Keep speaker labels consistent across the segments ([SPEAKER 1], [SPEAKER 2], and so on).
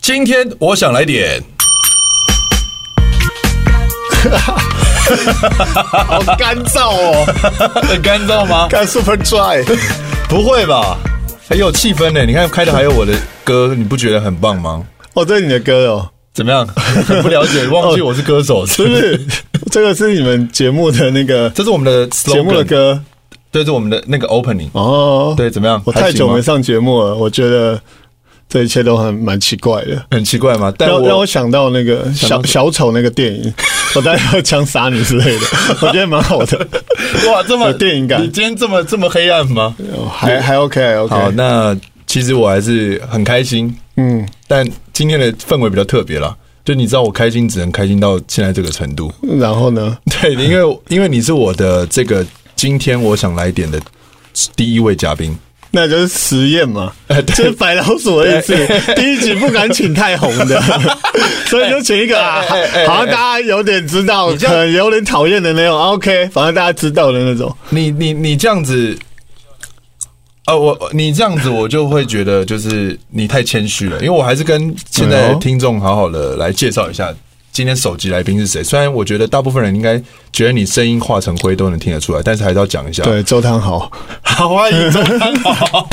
[SPEAKER 1] 今天我想来点，
[SPEAKER 2] 好干燥哦，
[SPEAKER 1] 很 干燥吗？
[SPEAKER 2] 干 Super Dry，
[SPEAKER 1] 不会吧，很有气氛呢。你看开的还有我的歌，你不觉得很棒吗？
[SPEAKER 2] 哦，这是你的歌哦，
[SPEAKER 1] 怎么样？哦很 不了解，忘记我是歌手，
[SPEAKER 2] 不是，这个是你们节目的那个
[SPEAKER 1] 这是我们的
[SPEAKER 2] 节目的
[SPEAKER 1] slogan，
[SPEAKER 2] 歌
[SPEAKER 1] 对，这是我们的那个 opening。
[SPEAKER 2] 哦。
[SPEAKER 1] 对，，怎么样？
[SPEAKER 2] 我
[SPEAKER 1] 还
[SPEAKER 2] 太
[SPEAKER 1] 行
[SPEAKER 2] 久
[SPEAKER 1] 吗
[SPEAKER 2] 没上节目了，我觉得这一切都很蛮奇怪的。
[SPEAKER 1] 很奇怪嘛，但
[SPEAKER 2] 让让
[SPEAKER 1] 我
[SPEAKER 2] 我想到那个
[SPEAKER 1] 到
[SPEAKER 2] 小小丑那个电 影，我待会要枪杀你之类的，我觉得蛮好 的，
[SPEAKER 1] 哇，这么
[SPEAKER 2] 有电影感
[SPEAKER 1] 你今天这么这么黑暗吗？
[SPEAKER 2] 哦还还 OK 还 OK。
[SPEAKER 1] 好，那其实我还是很开心，
[SPEAKER 2] 嗯，
[SPEAKER 1] 但今天的氛围比较特别啦。就你知道，我开心只能开心到现在这个程度。
[SPEAKER 2] 然后呢？
[SPEAKER 1] 对，因为因为你是我的这个今天我想来点的第一位嘉宾，
[SPEAKER 2] 那就是实验嘛，
[SPEAKER 1] 哎
[SPEAKER 2] 就
[SPEAKER 1] 对
[SPEAKER 2] 是白老鼠的意思。 第一集不敢请太红 的，所以就请一个啊
[SPEAKER 1] 哎哎哎哎，
[SPEAKER 2] 好像大家有点知道，
[SPEAKER 1] 这
[SPEAKER 2] 可
[SPEAKER 1] 样
[SPEAKER 2] 能有点讨厌的那种。啊 OK，反正大家知道的那种。
[SPEAKER 1] 你你你这样子。呃，我你这样子，我就会觉得就是你太谦虚了，因为我还是跟现在
[SPEAKER 2] 哎
[SPEAKER 1] 的
[SPEAKER 2] 呦
[SPEAKER 1] 听众好好的来介绍一下今天首集来宾是谁。虽然我觉得大部分人应该觉得你声音化成灰都能听得出来，但是还是要讲一下。
[SPEAKER 2] 对，周汤豪，
[SPEAKER 1] 好，欢迎周汤 豪，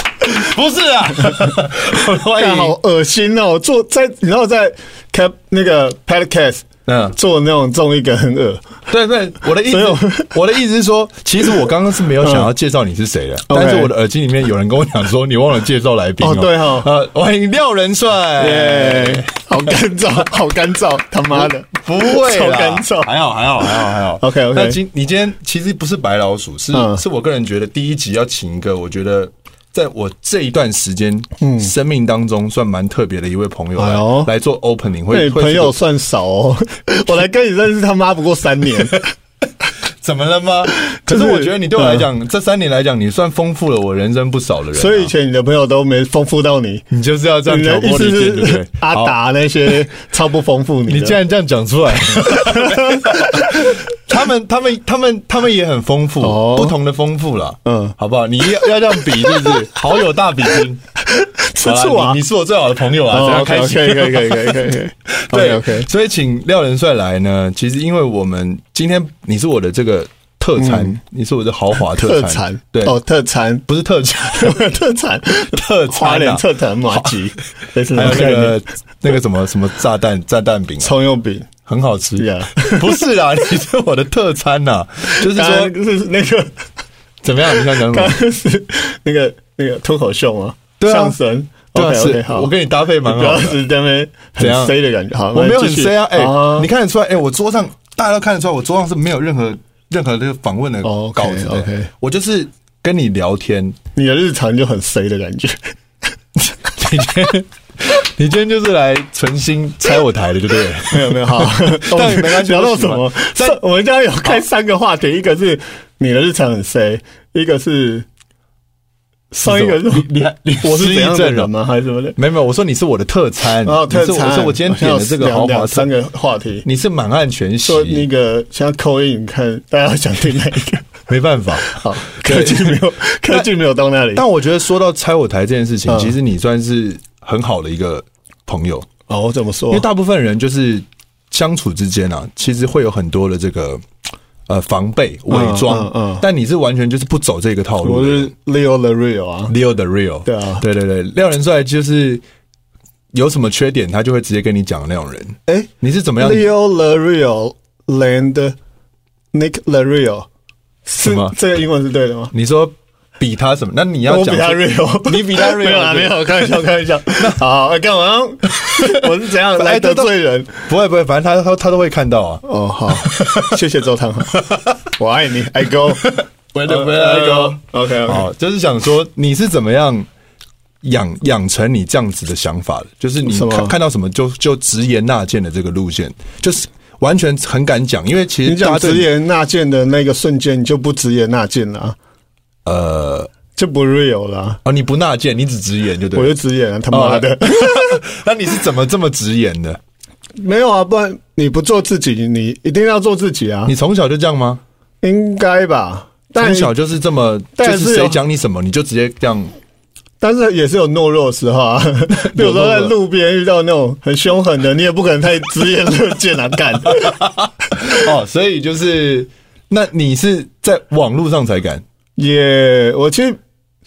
[SPEAKER 1] 不是啊，欢
[SPEAKER 2] 但哎好
[SPEAKER 1] 迎，
[SPEAKER 2] 恶心哦！做在你知道在 cap 那个 podcast
[SPEAKER 1] 嗯，
[SPEAKER 2] 做那种综艺梗很恶，
[SPEAKER 1] 对对，我的意思
[SPEAKER 2] 所以，
[SPEAKER 1] 我的意思是说，其实我刚刚是没有想要介绍你是谁的，啊
[SPEAKER 2] OK
[SPEAKER 1] 但是我的耳机里面有人跟我讲说，你忘了介绍来宾
[SPEAKER 2] 哦对哦
[SPEAKER 1] 呃，欢迎廖仁帅，
[SPEAKER 2] 耶，好干燥， 好干燥，他妈的！
[SPEAKER 1] 不会
[SPEAKER 2] 超
[SPEAKER 1] 啦
[SPEAKER 2] 干燥
[SPEAKER 1] 还好还好还好还好
[SPEAKER 2] OK，OK
[SPEAKER 1] 那今你今天其实不是白老鼠，是
[SPEAKER 2] 嗯
[SPEAKER 1] 是我个人觉得第一集要请一个，我觉得。在我这一段时间，嗯，生命当中算蛮特别的一位朋友
[SPEAKER 2] 哎
[SPEAKER 1] 来
[SPEAKER 2] 呦
[SPEAKER 1] 来做 opening，
[SPEAKER 2] 那
[SPEAKER 1] 会
[SPEAKER 2] 你
[SPEAKER 1] 会
[SPEAKER 2] 朋
[SPEAKER 1] 是
[SPEAKER 2] 友算少哦， 我来跟你认识他妈不过三年。
[SPEAKER 1] 怎么了 吗？可
[SPEAKER 2] 就是
[SPEAKER 1] 是我觉得你对我来讲，这三年来讲，你算丰富了我人生不少的人啊、
[SPEAKER 2] 嗯所以以前你的朋友都没丰富到你，
[SPEAKER 1] 你就是要这样
[SPEAKER 2] 你
[SPEAKER 1] 挑
[SPEAKER 2] 的意
[SPEAKER 1] 拨离
[SPEAKER 2] 思
[SPEAKER 1] 间，对不对
[SPEAKER 2] 是？阿
[SPEAKER 1] 好，
[SPEAKER 2] 达那些超不丰富你的，
[SPEAKER 1] 你既然这样讲 出来，他们他们他们他们也很丰富，
[SPEAKER 2] 哦
[SPEAKER 1] 不同的丰富啦，
[SPEAKER 2] 嗯
[SPEAKER 1] 嗯，好不好？你要要这样比，是不是？好友大比 拼，
[SPEAKER 2] 吃
[SPEAKER 1] 好啦
[SPEAKER 2] 醋啊
[SPEAKER 1] 你？你是我最好的朋友啊，这
[SPEAKER 2] 哦
[SPEAKER 1] 样
[SPEAKER 2] ，OK，
[SPEAKER 1] 开心
[SPEAKER 2] 可以，可以，可以，可以，可以，可以，
[SPEAKER 1] 对
[SPEAKER 2] OK，
[SPEAKER 1] 所以请廖仁帅来呢，其实因为我们今天你是我的这个特产，你是我的豪华特
[SPEAKER 2] 嗯特
[SPEAKER 1] 产，
[SPEAKER 2] 产，
[SPEAKER 1] 对，
[SPEAKER 2] 哦，特产，
[SPEAKER 1] 不是特产。
[SPEAKER 2] 特产，
[SPEAKER 1] 特产啊
[SPEAKER 2] 花莲特产马吉，类似
[SPEAKER 1] 还有
[SPEAKER 2] 那
[SPEAKER 1] 那
[SPEAKER 2] 个
[SPEAKER 1] 个那个什么什么炸弹炸弹饼、啊，
[SPEAKER 2] 葱油饼，
[SPEAKER 1] 很好吃。
[SPEAKER 2] Yeah
[SPEAKER 1] 不是 啦，你是我的特餐呐、就是
[SPEAKER 2] 刚
[SPEAKER 1] 说
[SPEAKER 2] 刚是那个，
[SPEAKER 1] 怎么样？你想讲什
[SPEAKER 2] 刚
[SPEAKER 1] 么？
[SPEAKER 2] 刚是那个那个脱口秀吗？
[SPEAKER 1] 对啊
[SPEAKER 2] 相声
[SPEAKER 1] 对啊，
[SPEAKER 2] ，OK，OK，
[SPEAKER 1] 是
[SPEAKER 2] 好，
[SPEAKER 1] 我跟你搭配蛮
[SPEAKER 2] 不
[SPEAKER 1] 好
[SPEAKER 2] 要
[SPEAKER 1] 的。
[SPEAKER 2] 是在那边
[SPEAKER 1] 怎样
[SPEAKER 2] 很 C 的感觉，好，
[SPEAKER 1] 我没有很
[SPEAKER 2] 继续
[SPEAKER 1] C 啊，哎、
[SPEAKER 2] 哦
[SPEAKER 1] 你看得出来？哎、我桌上大家都看得出来，我桌上是没有任何任何这个访问的
[SPEAKER 2] 哦，OK，
[SPEAKER 1] 稿子的。
[SPEAKER 2] OK
[SPEAKER 1] 我就是跟你聊天，
[SPEAKER 2] 你的日常就很 C 的感觉。
[SPEAKER 1] 你今天你今天就是来存心拆我台的，对不 对了？
[SPEAKER 2] 没有 没有，好，
[SPEAKER 1] 但也没关系
[SPEAKER 2] 聊到
[SPEAKER 1] 我喜
[SPEAKER 2] 什
[SPEAKER 1] 欢
[SPEAKER 2] 么？
[SPEAKER 1] 但
[SPEAKER 2] 上我们家有开三个话题，一个是你的日常很 C，一个是上一个是
[SPEAKER 1] 你你还你
[SPEAKER 2] 我是
[SPEAKER 1] 失
[SPEAKER 2] 怎样
[SPEAKER 1] 忆
[SPEAKER 2] 的
[SPEAKER 1] 症了
[SPEAKER 2] 人？吗？还是什么的？哦
[SPEAKER 1] 没有没有，我说你是我的特餐，
[SPEAKER 2] 然后
[SPEAKER 1] 嗯你
[SPEAKER 2] 特
[SPEAKER 1] 是我
[SPEAKER 2] 产，
[SPEAKER 1] 是我今天点的这个豪
[SPEAKER 2] 两
[SPEAKER 1] 华
[SPEAKER 2] 两
[SPEAKER 1] 餐，
[SPEAKER 2] 三个话题。
[SPEAKER 1] 你是满汉全席
[SPEAKER 2] 说，那个像扣印，你看大家想听哪一 个？
[SPEAKER 1] 没办法。
[SPEAKER 2] 好，科技没 有，科技没有到那里。
[SPEAKER 1] 但我觉得说到拆我台这件事情，
[SPEAKER 2] 嗯
[SPEAKER 1] 其实你算是很好的一个朋友，
[SPEAKER 2] 哦，我怎么
[SPEAKER 1] 因
[SPEAKER 2] 说
[SPEAKER 1] 为？大部分人就是相处之间啊，其实会有很多的这个呃防备伪装
[SPEAKER 2] 嗯，嗯
[SPEAKER 1] 但你是完全就是不走这个套
[SPEAKER 2] 我
[SPEAKER 1] 路的
[SPEAKER 2] 是 Leo the Real 啊，
[SPEAKER 1] ，Leo 的 Real，
[SPEAKER 2] 对啊
[SPEAKER 1] 对对对，廖仁帅就是有什么缺点，他就会直接跟你讲的那种人。
[SPEAKER 2] 哎
[SPEAKER 1] 你是怎么样？
[SPEAKER 2] ，Leo the Real land Nick the Real 是
[SPEAKER 1] 什么
[SPEAKER 2] 这个英文是对的吗？
[SPEAKER 1] 你说比他什么？那你要
[SPEAKER 2] 我
[SPEAKER 1] 讲
[SPEAKER 2] 比他 real，
[SPEAKER 1] 你比他 real，
[SPEAKER 2] 没有啦，啊没
[SPEAKER 1] 对
[SPEAKER 2] 有，开玩笑，开玩笑。好，哎干嘛？ 我是怎样来得罪人？
[SPEAKER 1] 不会不会，反正他他他都会看到啊。
[SPEAKER 2] 哦，好， 谢 谢周汤豪，我爱你，I go，
[SPEAKER 1] 回
[SPEAKER 2] 呃 Uh， go，OK
[SPEAKER 1] 好，就是想说你是怎么样养养成你这样子的想法的？就是你
[SPEAKER 2] 什么
[SPEAKER 1] 看看到什么就就直言纳谏的这个路线，就是完全很敢讲，因为其
[SPEAKER 2] 你
[SPEAKER 1] 实大
[SPEAKER 2] 讲
[SPEAKER 1] 家对
[SPEAKER 2] 直言纳谏的那个瞬间，你就不直言纳谏了啊，
[SPEAKER 1] 呃
[SPEAKER 2] 就不 real 了。
[SPEAKER 1] 哦，你不纳谏，你只直言就对哦
[SPEAKER 2] 我
[SPEAKER 1] 了。
[SPEAKER 2] 就直言了，啊他妈的，
[SPEAKER 1] 那你是怎么这么直言的？
[SPEAKER 2] 没有啊，不然你不做自己，你一定要做自己啊，
[SPEAKER 1] 你从小就这样吗？
[SPEAKER 2] 应该吧？但
[SPEAKER 1] 从小就是这么，就
[SPEAKER 2] 但是
[SPEAKER 1] 是谁讲你什么，你就直接这样
[SPEAKER 2] 但是也是有懦弱的时候 啊，比如说在路边遇到那种很凶狠的，你也不可能太直言乐见啊， 干。
[SPEAKER 1] 哦，所以就是，那你是在网络上才敢？
[SPEAKER 2] 也，我其实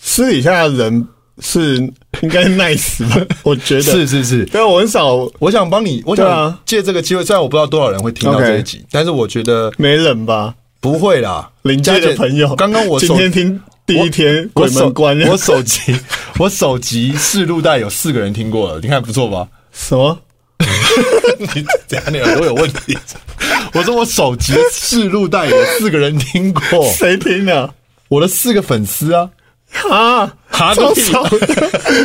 [SPEAKER 2] 私底下的人是应该 nice 吧，我觉得
[SPEAKER 1] 是，是是，
[SPEAKER 2] 但我很少
[SPEAKER 1] 我想帮你，我
[SPEAKER 2] 对
[SPEAKER 1] 想
[SPEAKER 2] 啊
[SPEAKER 1] 借这个机会，虽然我不知道多少人会听到
[SPEAKER 2] OK
[SPEAKER 1] 这一集，但是我觉得
[SPEAKER 2] 没人吧，
[SPEAKER 1] 不会啦。
[SPEAKER 2] 邻居
[SPEAKER 1] 佳姐
[SPEAKER 2] 的朋友。
[SPEAKER 1] 刚刚 我
[SPEAKER 2] 今
[SPEAKER 1] 手
[SPEAKER 2] 天听第一天
[SPEAKER 1] 我
[SPEAKER 2] 鬼
[SPEAKER 1] 手
[SPEAKER 2] 门关，
[SPEAKER 1] 我手机 我手机试录带有四个人听过了，你看不错吧？
[SPEAKER 2] 什 么？
[SPEAKER 1] 哦你等下你耳朵有问题？ 我说我手机试录带有四个人听 过，
[SPEAKER 2] 谁听的
[SPEAKER 1] 我的四个粉丝啊，
[SPEAKER 2] 啊？
[SPEAKER 1] 哈
[SPEAKER 2] 超少 的，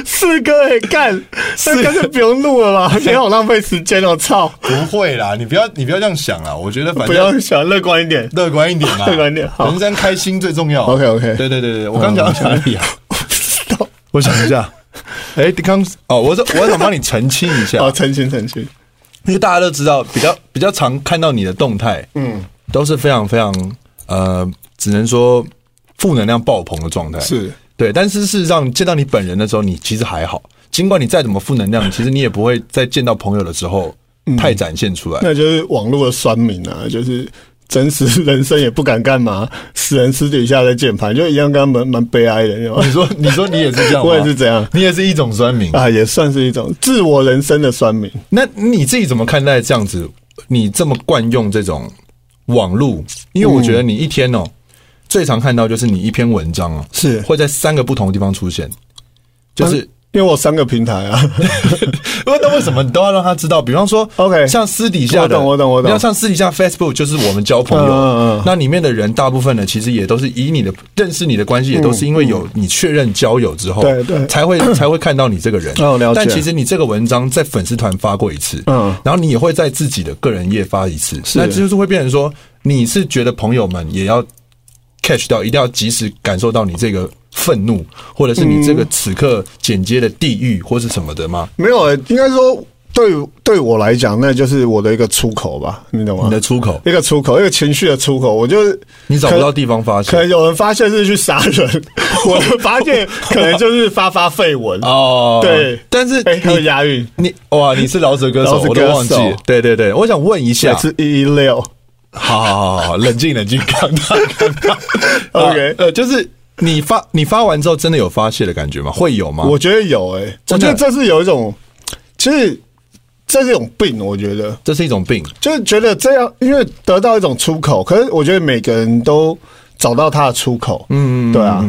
[SPEAKER 2] 四个哎干，那干脆不用录了吧，也好浪费时间哦，操！
[SPEAKER 1] 不会啦，你不要你不要这样想啦，我觉得反
[SPEAKER 2] 不
[SPEAKER 1] 正
[SPEAKER 2] 要想，乐观 一点。
[SPEAKER 1] 乐观一点嘛，
[SPEAKER 2] 乐观一点好
[SPEAKER 1] 人生开心最重要。
[SPEAKER 2] OK，OK
[SPEAKER 1] 对对对对，我刚讲到哪里啊？我想一 下，哎，刚哦，我说 我想帮你澄清一下，
[SPEAKER 2] 好，澄清澄清。
[SPEAKER 1] 因为大家都知道，比较比较常看到你的动态，嗯，都是非常非常呃，只能说负能量爆棚的状态，
[SPEAKER 2] 是
[SPEAKER 1] 对。但是事实上，见到你本人的时候，你其实还好，尽管你再怎么负能量，其实你也不会在见到朋友的时候太展现出来。
[SPEAKER 2] 那就是网络的酸民啊，就是真实人生也不敢干嘛，死人私底下在键盘，就一样跟他们蛮悲哀的，你知道吗
[SPEAKER 1] 你说，你说你也是这样 吗，
[SPEAKER 2] 我也是这样
[SPEAKER 1] 你也是一种酸民。
[SPEAKER 2] 啊，也算是一种自我人生的酸民。
[SPEAKER 1] 那你自己怎么看待这样子？你这么惯用这种网路，因为我觉得你一天哦、最常看到就是你一篇文章哦、
[SPEAKER 2] 是啊
[SPEAKER 1] 会在三个不同的地方出现，就是。
[SPEAKER 2] 因为我有三个平台啊，
[SPEAKER 1] 那那为什么你都要让他知道？比方说
[SPEAKER 2] OK
[SPEAKER 1] 像私底下的，
[SPEAKER 2] 我懂我懂我懂
[SPEAKER 1] 你要像私底下 Facebook 就是我们交朋友，
[SPEAKER 2] 嗯嗯嗯
[SPEAKER 1] 那里面的人大部分呢，其实也都是以你的认识你的关系，也都是因为有你确认交友之后，
[SPEAKER 2] 对对
[SPEAKER 1] 才 会才会看到你这个人。
[SPEAKER 2] 哦了解
[SPEAKER 1] 但其实你这个文章在粉丝团发过一次，
[SPEAKER 2] 嗯
[SPEAKER 1] 然后你也会在自己的个人页发一次，那就是会变成说，你是觉得朋友们也要 catch 到，一定要及时感受到你这个愤怒，或者是你这个此刻剪接的地狱或是什么的吗？
[SPEAKER 2] 没有、欸，应该说对对我来讲，那就是我的一个出口吧，你懂吗？
[SPEAKER 1] 你的出口，
[SPEAKER 2] 一个出口，一个情绪的出口，我就是
[SPEAKER 1] 你找不到地方发
[SPEAKER 2] 可
[SPEAKER 1] 泄
[SPEAKER 2] 能有人发现是去杀 人，我的发现可能就是发发绯闻。
[SPEAKER 1] 哦。
[SPEAKER 2] 对
[SPEAKER 1] 但是
[SPEAKER 2] 哎、还有
[SPEAKER 1] 你
[SPEAKER 2] 押韵，
[SPEAKER 1] 你哇，你是饶舌歌手，
[SPEAKER 2] 饶舌
[SPEAKER 1] 我
[SPEAKER 2] 歌
[SPEAKER 1] 都
[SPEAKER 2] 手
[SPEAKER 1] 忘记了。对对对，我想问一
[SPEAKER 2] 也
[SPEAKER 1] 下，
[SPEAKER 2] 是一一六，
[SPEAKER 1] 啊好好好好好，冷静冷静， 刚刚刚刚
[SPEAKER 2] OK
[SPEAKER 1] 呃，就是你发你发完之后，真的有发泄的感觉吗？会有吗？
[SPEAKER 2] 我觉得有诶、我
[SPEAKER 1] 真的
[SPEAKER 2] 觉得这是有一种，其实这是一种病，我觉得
[SPEAKER 1] 这是一种病，
[SPEAKER 2] 就是觉得这样，因为得到一种出口，可是我觉得每个人都找到他的出口，嗯，对啊，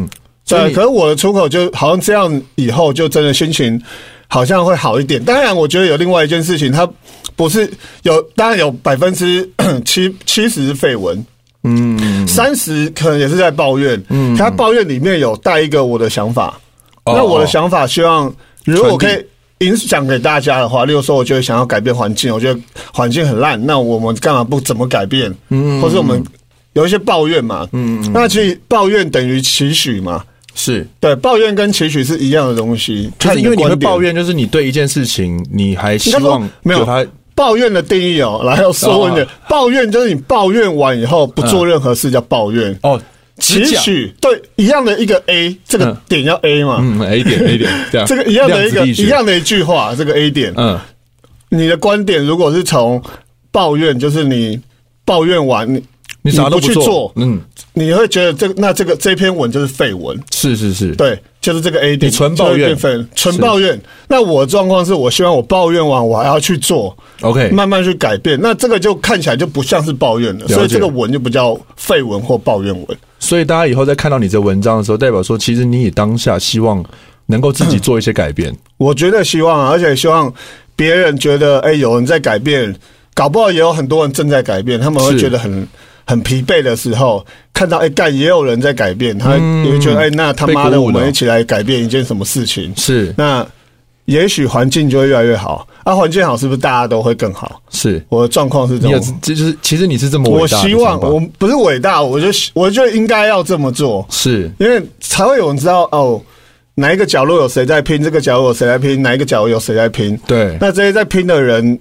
[SPEAKER 1] 所以
[SPEAKER 2] 对，
[SPEAKER 1] 你
[SPEAKER 2] 可是我的出口就好像这样，以后就真的心情好像会好一点。当然，我觉得有另外一件事情，它不是有，当然有百分之 七七十是绯闻，嗯，三十可能也是在抱怨，嗯，他抱怨里面有带一个我的想法，
[SPEAKER 1] 哦
[SPEAKER 2] 那我
[SPEAKER 1] 哦
[SPEAKER 2] 的想法希望如果我可
[SPEAKER 1] 传
[SPEAKER 2] 以。影响给大家的话，例如说，我觉得想要改变环境，我觉得环境很烂，那我们干嘛不怎么改变？嗯，或是我们有一些抱怨嘛，嗯，那其实抱怨等于期许嘛，
[SPEAKER 1] 是
[SPEAKER 2] 对，抱怨跟期许是一样的东西，
[SPEAKER 1] 就是因为你会
[SPEAKER 2] 看的观点
[SPEAKER 1] 抱。怨，就是你对一件事情，你还希望
[SPEAKER 2] 应该说没有
[SPEAKER 1] 他
[SPEAKER 2] 抱怨的定义哦，来要说问的
[SPEAKER 1] 啊，
[SPEAKER 2] 抱怨就是你抱怨完以后不做任何事叫抱怨。
[SPEAKER 1] 哦，
[SPEAKER 2] 期
[SPEAKER 1] 指甲
[SPEAKER 2] 许对一样的一个 A，这个
[SPEAKER 1] 嗯
[SPEAKER 2] 点要 A 嘛，
[SPEAKER 1] 嗯，A 点 A 点，这样
[SPEAKER 2] 这个一样的一
[SPEAKER 1] 量
[SPEAKER 2] 个
[SPEAKER 1] 子力学
[SPEAKER 2] 一样的一句话，这个 A 点，
[SPEAKER 1] 嗯，
[SPEAKER 2] 你的观点如果是从抱怨，就是你抱怨完你
[SPEAKER 1] 你啥都
[SPEAKER 2] 不去做，
[SPEAKER 1] 嗯，
[SPEAKER 2] 你会觉得这个那这个这篇文就是废文，
[SPEAKER 1] 是是是，
[SPEAKER 2] 对，就是这个 A 点，
[SPEAKER 1] 你纯抱怨
[SPEAKER 2] 就会变分纯抱怨。那我的状况是我希望我抱怨完，我还要去做，
[SPEAKER 1] ，OK，
[SPEAKER 2] 慢慢去改变。那这个就看起来就不像是抱怨了，
[SPEAKER 1] 解
[SPEAKER 2] 所以这个文就不叫废文或抱怨文。
[SPEAKER 1] 所以大家以后在看到你这文章的时候，代表说，其实你也当下希望能够自己做一些改变，
[SPEAKER 2] 我觉得希望啊，而且希望别人觉得，哎、有人在改变，搞不好也有很多人正在改变，他们会
[SPEAKER 1] 是
[SPEAKER 2] 觉得很。很疲惫的时候，看到哎干、也有人在改变，他也会觉得哎、那他妈
[SPEAKER 1] 被
[SPEAKER 2] 的
[SPEAKER 1] 鼓舞
[SPEAKER 2] 我
[SPEAKER 1] 了
[SPEAKER 2] 们一起来改变一件什么事情？
[SPEAKER 1] 是
[SPEAKER 2] 那也许环境就会越来越好。啊，环境好是不是大家都会更好？
[SPEAKER 1] 是，
[SPEAKER 2] 我的状况是这
[SPEAKER 1] 你有
[SPEAKER 2] 种，
[SPEAKER 1] 这就是其实你是这么
[SPEAKER 2] 我
[SPEAKER 1] 伟大的
[SPEAKER 2] 希望
[SPEAKER 1] 想法
[SPEAKER 2] 我不是伟大，我就我就应该要这么做，
[SPEAKER 1] 是
[SPEAKER 2] 因为才会有人知道哦，哪一个角落有谁在拼，这个角落有谁在拼，哪一个角落有谁在拼。
[SPEAKER 1] 对，
[SPEAKER 2] 那这些在拼的人，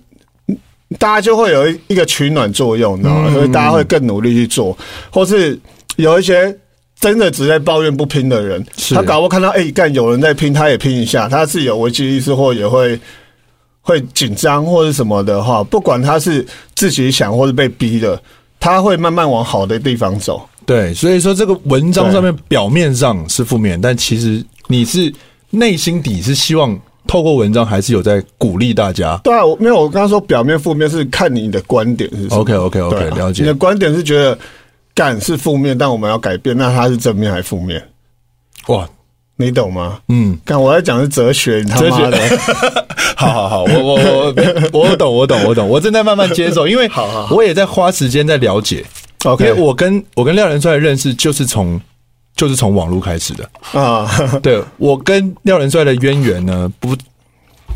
[SPEAKER 2] 大家就会有一一个取暖作用，你知道吗？所以大家会更努力去做，或是有一些真的只在抱怨不拼的人，
[SPEAKER 1] 是
[SPEAKER 2] 他搞不好看到哎干、有人在拼，他也拼一下，他是有危机意识或也会会紧张或是什么的话，不管他是自己想或是被逼的，他会慢慢往好的地方走。
[SPEAKER 1] 对，所以说这个文章上面表面上是负面，但其实你是内心底是希望透过文章还是有在鼓励大家。
[SPEAKER 2] 对啊，我没有，我刚刚说表面负面是看你的观点是什么。
[SPEAKER 1] OK OK OK，、
[SPEAKER 2] 对啊
[SPEAKER 1] 了
[SPEAKER 2] 你
[SPEAKER 1] 解
[SPEAKER 2] 的。观点是觉得干是负面，但我们要改变，那它是正面还是负面？
[SPEAKER 1] 哇，
[SPEAKER 2] 你懂吗？
[SPEAKER 1] 嗯，
[SPEAKER 2] 干，我在讲的是哲学，你他妈的，
[SPEAKER 1] 好好好，我我我我懂我懂我懂，我正在慢慢接受，因为
[SPEAKER 2] 好好
[SPEAKER 1] 我也在花时间在了解。因
[SPEAKER 2] OK，
[SPEAKER 1] 为我跟我跟廖仁帅的认识就是从就是从网络开始的。
[SPEAKER 2] 啊，
[SPEAKER 1] 对我跟廖仁帅的渊源呢，不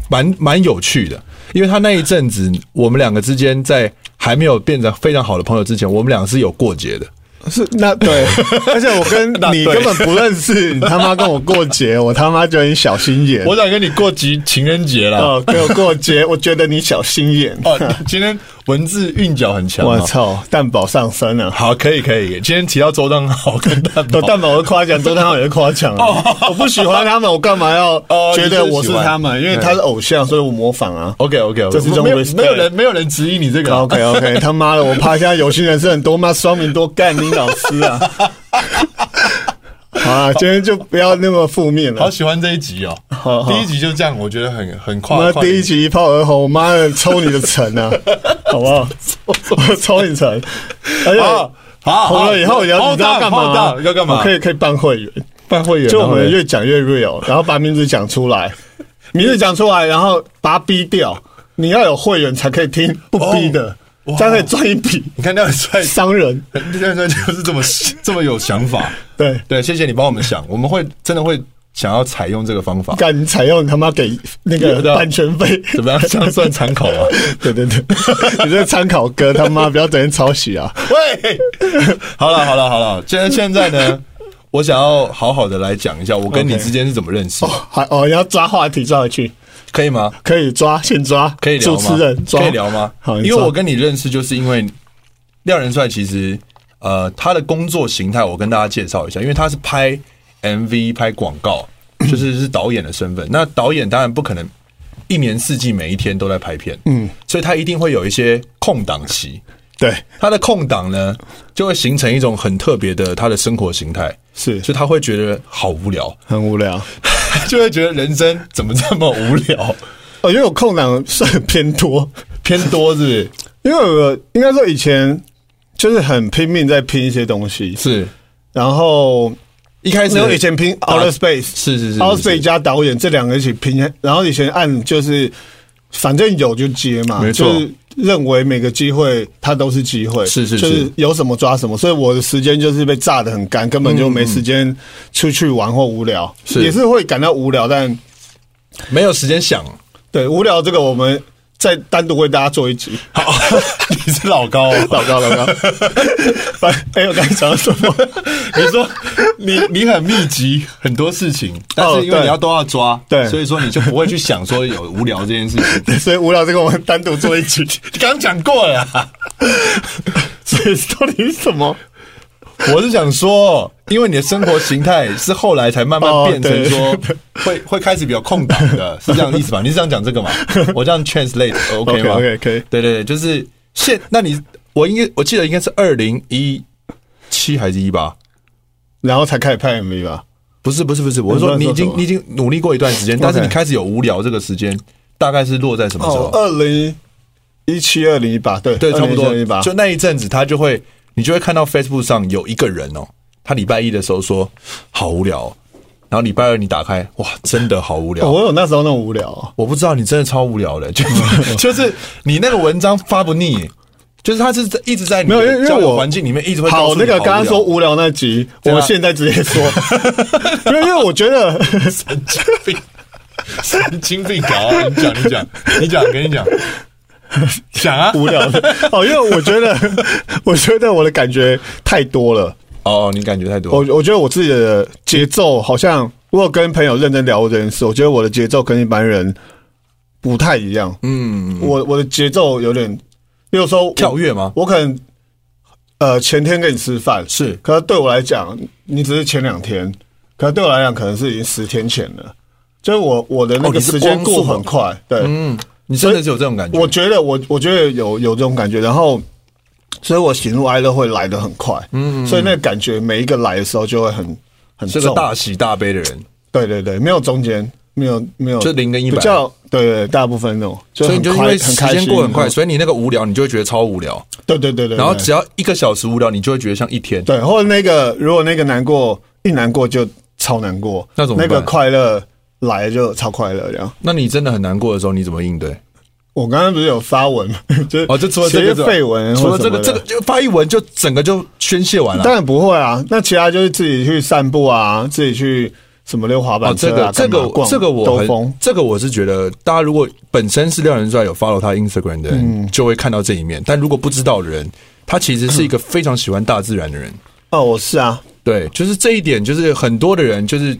[SPEAKER 1] 蛮蛮有趣的，因为他那一阵子我们两个之间在还没有变成非常好的朋友之前，我们两个是有过节的。
[SPEAKER 2] 是 那对，而且我跟
[SPEAKER 1] 那
[SPEAKER 2] 你
[SPEAKER 1] 对
[SPEAKER 2] 根本不认识，你他妈跟我过节，我他妈觉得你小心眼。
[SPEAKER 1] 我想跟你过节情人节啦。
[SPEAKER 2] 哦，跟我过节， 我觉得你小心眼。
[SPEAKER 1] 哦，今天文字韵脚很强、
[SPEAKER 2] 我
[SPEAKER 1] 啊。
[SPEAKER 2] 操，蛋堡上身了。
[SPEAKER 1] 好，可以可以。今天提到周汤豪跟蛋
[SPEAKER 2] 有
[SPEAKER 1] 堡，
[SPEAKER 2] 蛋堡我夸奖，周汤豪也是夸奖啊。我不喜欢他们，我干嘛要
[SPEAKER 1] 哦
[SPEAKER 2] 觉得
[SPEAKER 1] 你就是喜欢
[SPEAKER 2] 我是他们？因为他是偶像，所以我模仿啊。
[SPEAKER 1] OK OK，
[SPEAKER 2] 这是一种
[SPEAKER 1] 没有
[SPEAKER 2] respect
[SPEAKER 1] 没有人没有人质疑你这 个啊、
[SPEAKER 2] OK OK，他妈的，我怕现在有心人是很多妈双名多干你老师啊！ 好啊，今天就不要那么负面
[SPEAKER 1] 好
[SPEAKER 2] 了。
[SPEAKER 1] 喜欢这一集哦。
[SPEAKER 2] 好好
[SPEAKER 1] 第一集就这样，我觉得很很跨
[SPEAKER 2] 妈，
[SPEAKER 1] 跨
[SPEAKER 2] 第一
[SPEAKER 1] 领域。
[SPEAKER 2] 集一炮而红，妈的抽你的成 啊，好不好？我抽你成，而
[SPEAKER 1] 好
[SPEAKER 2] 且
[SPEAKER 1] 好
[SPEAKER 2] 红了以后也要你知道干嘛？
[SPEAKER 1] 要干嘛？
[SPEAKER 2] 我可以可以办会员，
[SPEAKER 1] 办会员啊
[SPEAKER 2] 就我们越讲越 real，然后把名字讲出来，名字讲出来，然后把它逼掉。你要有会员才可以听，不逼的，
[SPEAKER 1] 哦
[SPEAKER 2] 这样可以赚一笔。
[SPEAKER 1] 你看廖元帅，
[SPEAKER 2] 商人
[SPEAKER 1] 廖元帅就是这么 这么有想法。
[SPEAKER 2] 对。
[SPEAKER 1] 对，谢谢你帮我们想，我们会真的会想要采用这个方法。
[SPEAKER 2] 干，你采用他妈给那
[SPEAKER 1] 有
[SPEAKER 2] 个
[SPEAKER 1] 的
[SPEAKER 2] 版权费，
[SPEAKER 1] 怎么样？啊这样算参 考吗？啊
[SPEAKER 2] 对对对，你这参考歌他妈不要整天抄袭啊！
[SPEAKER 1] 喂，好了好了好了，现在现在呢，我想要好好的来讲一下我跟你
[SPEAKER 2] OK
[SPEAKER 1] 之间是怎么认识的，
[SPEAKER 2] 还哦，要抓话题抓回去，
[SPEAKER 1] 可以吗？
[SPEAKER 2] 可以抓，先抓，
[SPEAKER 1] 可以聊
[SPEAKER 2] 主
[SPEAKER 1] 吗？
[SPEAKER 2] 持人抓，
[SPEAKER 1] 可以聊吗？
[SPEAKER 2] 好，
[SPEAKER 1] 因为我跟你认识，就是因为廖仁帅其实呃，他的工作形态我跟大家介绍一下，因为他是拍 MV、拍广告，就是是导演的身份。那导演当然不可能一年四季每一天都在拍片，嗯，所以他一定会有一些空档期。
[SPEAKER 2] 对
[SPEAKER 1] 他的空档呢，就会形成一种很特别的他的生活形态，
[SPEAKER 2] 是
[SPEAKER 1] 就他会觉得好无聊，
[SPEAKER 2] 很无聊。
[SPEAKER 1] 就会觉得人生怎么这么无聊，
[SPEAKER 2] 哦，因为我空档算偏多，
[SPEAKER 1] 偏多是不是？
[SPEAKER 2] 因为我应该说以前就是很拼命在拼一些东西，
[SPEAKER 1] 是
[SPEAKER 2] 然后
[SPEAKER 1] 一开始
[SPEAKER 2] 因为以前拼 Outer Space，
[SPEAKER 1] 是是是
[SPEAKER 2] o u
[SPEAKER 1] 是
[SPEAKER 2] t Space 加导演这两个一起拼，然后以前按就是反正有就接嘛，
[SPEAKER 1] 没错
[SPEAKER 2] 就是认为每个机会它都是机会，
[SPEAKER 1] 是是是
[SPEAKER 2] 就是有什么抓什么，所以我的时间就是被榨得很干，根本就没时间出去玩或无聊，
[SPEAKER 1] 是
[SPEAKER 2] 也是会感到无聊，但
[SPEAKER 1] 没有时间想。
[SPEAKER 2] 对无聊这个我们再单独为大家做一集。
[SPEAKER 1] 好， 你是老高、哦，
[SPEAKER 2] 老高，老高， 哎、我刚才讲到什么？
[SPEAKER 1] 你说你你很密集很多事情，但是因为
[SPEAKER 2] 对
[SPEAKER 1] 你要都要抓，
[SPEAKER 2] 对
[SPEAKER 1] 所以说你就不会去想说有无聊这件事 情。
[SPEAKER 2] 所以无聊这个我们单独做一集。
[SPEAKER 1] 刚讲过了啊，
[SPEAKER 2] 所以到底是什么？
[SPEAKER 1] 我是想说，因为你的生活形态是后来才慢慢
[SPEAKER 2] 哦
[SPEAKER 1] 变成
[SPEAKER 2] 对
[SPEAKER 1] 说会会开始比较空档 的，是这样的意思吧？你是这样讲这个 嘛？我这样 translate OK 吗
[SPEAKER 2] OK，OK，可以
[SPEAKER 1] 对对对，就是现，那你我应该我记得应该是二零一七还是一八？
[SPEAKER 2] 然后才开始拍 MV 吧？
[SPEAKER 1] 不是不是不是，我是
[SPEAKER 2] 不
[SPEAKER 1] 说
[SPEAKER 2] 然
[SPEAKER 1] 你已
[SPEAKER 2] 说什
[SPEAKER 1] 经
[SPEAKER 2] 么
[SPEAKER 1] 你已经努力过一段时间，但是你开始有无聊这个时间，大概是落在什么时
[SPEAKER 2] 哦，
[SPEAKER 1] 候？
[SPEAKER 2] 二零一七、二零一八，对，
[SPEAKER 1] 对，差不多
[SPEAKER 2] 一八。
[SPEAKER 1] 就那一阵子，他就会你就会看到 Facebook 上有一个人哦，他礼拜一的时候说好无聊哦、然后礼拜二你打开，哇，真的好无聊。
[SPEAKER 2] 哦我有那时候那种无聊、哦，
[SPEAKER 1] 我不知道你真的超无聊的， 就是就是你那个文章发不腻，就是他是一直在你
[SPEAKER 2] 没有因为
[SPEAKER 1] 的
[SPEAKER 2] 因为
[SPEAKER 1] 交友
[SPEAKER 2] 我
[SPEAKER 1] 环境里面一直会告
[SPEAKER 2] 好，
[SPEAKER 1] 诉你
[SPEAKER 2] 那个
[SPEAKER 1] 无
[SPEAKER 2] 刚刚
[SPEAKER 1] 聊
[SPEAKER 2] 说无聊那集，
[SPEAKER 1] 对啊
[SPEAKER 2] 我现在直 接说，因为因为我觉得
[SPEAKER 1] 神经病， 神经病搞啊、你讲，你讲，你讲，跟你 讲，讲啊！
[SPEAKER 2] 无聊的哦，因为我觉得我觉得我的感觉太多了，
[SPEAKER 1] 哦，你感觉太多
[SPEAKER 2] 我我觉得我自己的节奏好像，我有跟朋友认真聊过这件事，我觉得我的节奏跟一般人不太一样，
[SPEAKER 1] 嗯，
[SPEAKER 2] 我我的节奏有点，比如说我
[SPEAKER 1] 跳跃吗？
[SPEAKER 2] 我可能呃前天跟你吃饭，
[SPEAKER 1] 是
[SPEAKER 2] 可是对我来讲，你只是前两天，可是对我来讲，可能是已经十天前了。就是我我的那
[SPEAKER 1] 哦
[SPEAKER 2] 个
[SPEAKER 1] 你是
[SPEAKER 2] 时间
[SPEAKER 1] 光速
[SPEAKER 2] 过很快，对，
[SPEAKER 1] 嗯，你真的是有这种感觉？
[SPEAKER 2] 我觉得我我觉得有有这种感觉，然后，所以我喜怒哀乐会来的很快，嗯所以那个感觉每一个来的时候就会很很
[SPEAKER 1] 是
[SPEAKER 2] 重，
[SPEAKER 1] 个大喜大悲的人，
[SPEAKER 2] 对对对，没有中间，没有没有，
[SPEAKER 1] 就零跟一百
[SPEAKER 2] 比较对对，大部分那种，就
[SPEAKER 1] 所以
[SPEAKER 2] 很
[SPEAKER 1] 你就因
[SPEAKER 2] 快
[SPEAKER 1] 为
[SPEAKER 2] 很
[SPEAKER 1] 时
[SPEAKER 2] 开
[SPEAKER 1] 间
[SPEAKER 2] 心
[SPEAKER 1] 过很快，
[SPEAKER 2] 然后
[SPEAKER 1] 所以你那个无聊，你就会觉得超无聊。
[SPEAKER 2] 对对对对，
[SPEAKER 1] 然后
[SPEAKER 2] 对
[SPEAKER 1] 只要一个小时无聊，你就会觉得像一天。
[SPEAKER 2] 对，或者那个如果那个难过一难过就超难过，
[SPEAKER 1] 那怎么办
[SPEAKER 2] 个快乐来就超快乐这样。
[SPEAKER 1] 那你真的很难过的时候，你怎么应对？
[SPEAKER 2] 我刚刚不是有发文 吗，就是
[SPEAKER 1] 哦，就除了这个
[SPEAKER 2] 写
[SPEAKER 1] 之外
[SPEAKER 2] 绯闻，
[SPEAKER 1] 除了这个这个。就发一文就整个就宣泄完了。
[SPEAKER 2] 当然不会啊，那其他就是自己去散步啊，自己去什么溜滑
[SPEAKER 1] 哦，
[SPEAKER 2] 板
[SPEAKER 1] 这
[SPEAKER 2] 车
[SPEAKER 1] 个
[SPEAKER 2] 啊，
[SPEAKER 1] 这
[SPEAKER 2] 干嘛
[SPEAKER 1] 个
[SPEAKER 2] 逛
[SPEAKER 1] 这个我
[SPEAKER 2] 兜风
[SPEAKER 1] 很，这个我是觉得，大家如果本身是廖仁帅有 follow 他 Instagram 的
[SPEAKER 2] 嗯
[SPEAKER 1] 人，就会看到这一面。但如果不知道的人，他其实是一个非常喜欢大自然的人。
[SPEAKER 2] 哦，我是啊，
[SPEAKER 1] 对，就是这一点，就是很多的人就是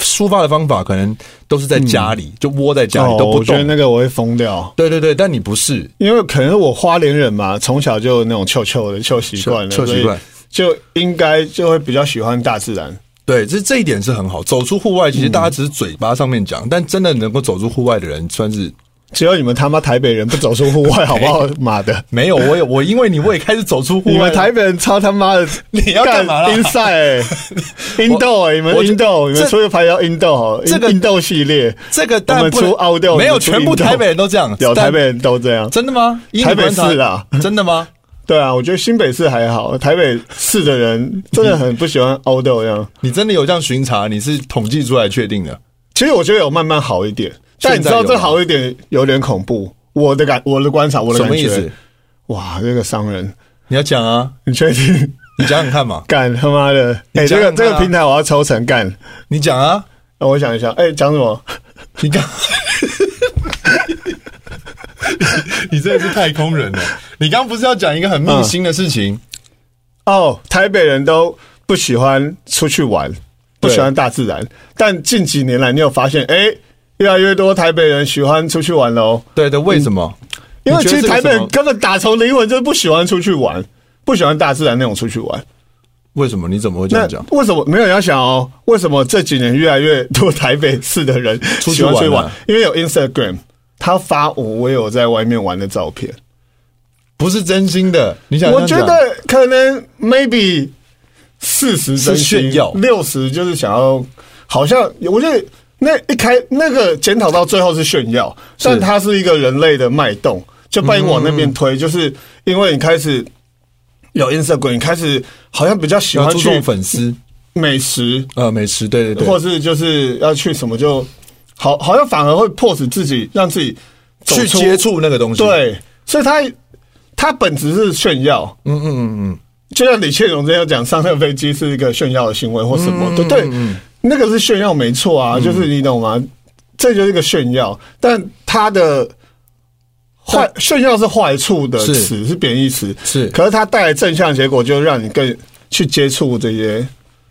[SPEAKER 1] 抒发的方法，可能都是在家里，就窝在家里
[SPEAKER 2] 哦
[SPEAKER 1] 都不
[SPEAKER 2] 我觉得
[SPEAKER 1] 动。
[SPEAKER 2] 那个我会疯掉，
[SPEAKER 1] 对对对，但你不是，
[SPEAKER 2] 因为可能是我花莲人嘛，从小就有那种臭臭的臭习惯了，
[SPEAKER 1] 臭臭习惯
[SPEAKER 2] 所以就应该就会比较喜欢大自然。
[SPEAKER 1] 对，这这一点是很好。走出户外，
[SPEAKER 2] 嗯
[SPEAKER 1] 其实大家只是嘴巴上面讲，但真的能够走出户外的人，算是
[SPEAKER 2] 只有你们他妈台北人不走出户外，好 不好？妈的！
[SPEAKER 1] 没有。我也我因为你，我也开始走哎出户外。
[SPEAKER 2] 你们台北人超他妈的，
[SPEAKER 1] 你要干嘛啦
[SPEAKER 2] 阴 赛、阴斗哎，你
[SPEAKER 1] 我
[SPEAKER 2] 们阴斗，你
[SPEAKER 1] 这
[SPEAKER 2] 们出去排叫阴斗好，
[SPEAKER 1] 这个
[SPEAKER 2] 阴斗系列，
[SPEAKER 1] 这个当然不能
[SPEAKER 2] 我们出凹掉
[SPEAKER 1] 没有
[SPEAKER 2] 我们出
[SPEAKER 1] 全部
[SPEAKER 2] 阴道
[SPEAKER 1] 台北人都这样，
[SPEAKER 2] 有
[SPEAKER 1] 但
[SPEAKER 2] 台北人都这样。
[SPEAKER 1] 真的吗？依你
[SPEAKER 2] 台北
[SPEAKER 1] 观察
[SPEAKER 2] 市啦，
[SPEAKER 1] 真的 吗？
[SPEAKER 2] 对啊，我觉得新北市还好，台北市的人真的很不喜欢凹豆这样。
[SPEAKER 1] 你真的有这样巡查？你是统计出来确定的？
[SPEAKER 2] 其实我觉得有慢慢好一点，但你知
[SPEAKER 1] 现在有吗
[SPEAKER 2] 道这好一点有点恐怖。我的感，我的观察，我的
[SPEAKER 1] 什
[SPEAKER 2] 感
[SPEAKER 1] 么意
[SPEAKER 2] 觉，
[SPEAKER 1] 思？
[SPEAKER 2] 哇，这个商人，
[SPEAKER 1] 你要讲啊，
[SPEAKER 2] 你确定？
[SPEAKER 1] 你讲讲看嘛，
[SPEAKER 2] 干他妈的！哎、
[SPEAKER 1] 你
[SPEAKER 2] 这
[SPEAKER 1] 讲
[SPEAKER 2] 个
[SPEAKER 1] 讲看啊
[SPEAKER 2] 这个平台我要抽成干。
[SPEAKER 1] 你讲啊，
[SPEAKER 2] 那我想一下，哎、讲什么？
[SPEAKER 1] 你刚， 你真的是太空人了。你刚不是要讲一个很秘辛的事情？
[SPEAKER 2] 哦，台北人都不喜欢出去玩，不
[SPEAKER 1] 对
[SPEAKER 2] 喜欢大自然。但近几年来，你有发现，哎、越来越多台北人喜欢出去玩喽。
[SPEAKER 1] 对的，为什么？
[SPEAKER 2] 因为
[SPEAKER 1] 你
[SPEAKER 2] 其
[SPEAKER 1] 觉得这
[SPEAKER 2] 实
[SPEAKER 1] 个
[SPEAKER 2] 台北
[SPEAKER 1] 什
[SPEAKER 2] 人
[SPEAKER 1] 么
[SPEAKER 2] 根本打从灵魂就是不喜欢出去玩，不喜欢大自然那种出去玩。
[SPEAKER 1] 为什么？你怎么会这
[SPEAKER 2] 那
[SPEAKER 1] 样讲？
[SPEAKER 2] 为什么没有人要想哦？为什么这几年越来越多台北市的人
[SPEAKER 1] 出去
[SPEAKER 2] 喜欢出去
[SPEAKER 1] 玩
[SPEAKER 2] 玩
[SPEAKER 1] 啊？
[SPEAKER 2] 因为有 Instagram，他发我我有在外面玩的照片。
[SPEAKER 1] 不是真心的，你想这
[SPEAKER 2] 我
[SPEAKER 1] 样
[SPEAKER 2] 觉
[SPEAKER 1] 讲？
[SPEAKER 2] 得 可能 maybe 四十
[SPEAKER 1] 是炫耀
[SPEAKER 2] 六十就是想要，好像我觉得那一开那个检讨到最后是炫耀，但它是一个人类的脉动，就把你往那边
[SPEAKER 1] 嗯
[SPEAKER 2] 推，就是因为你开始有 Instagram，你开始好像比较喜
[SPEAKER 1] 要
[SPEAKER 2] 欢
[SPEAKER 1] 注
[SPEAKER 2] 去
[SPEAKER 1] 重粉丝，
[SPEAKER 2] 美食，
[SPEAKER 1] 呃，美食，对对
[SPEAKER 2] 或
[SPEAKER 1] 对，
[SPEAKER 2] 是就是要去什么就好，好像反而会迫使自己让自己走
[SPEAKER 1] 去
[SPEAKER 2] 出
[SPEAKER 1] 接触那个东西，，
[SPEAKER 2] 对，所以他他本质是炫耀，嗯嗯嗯嗯，就像李倩蓉之前有讲，上那个飞机是一个炫耀的行为或什么，对对，那个是炫耀没错啊，就是你懂吗？这就是一个炫耀，但他的坏炫耀是坏处的
[SPEAKER 1] 是
[SPEAKER 2] 词，是贬义词，
[SPEAKER 1] 是
[SPEAKER 2] 可是它带来正向结果，就让你更去接触这些，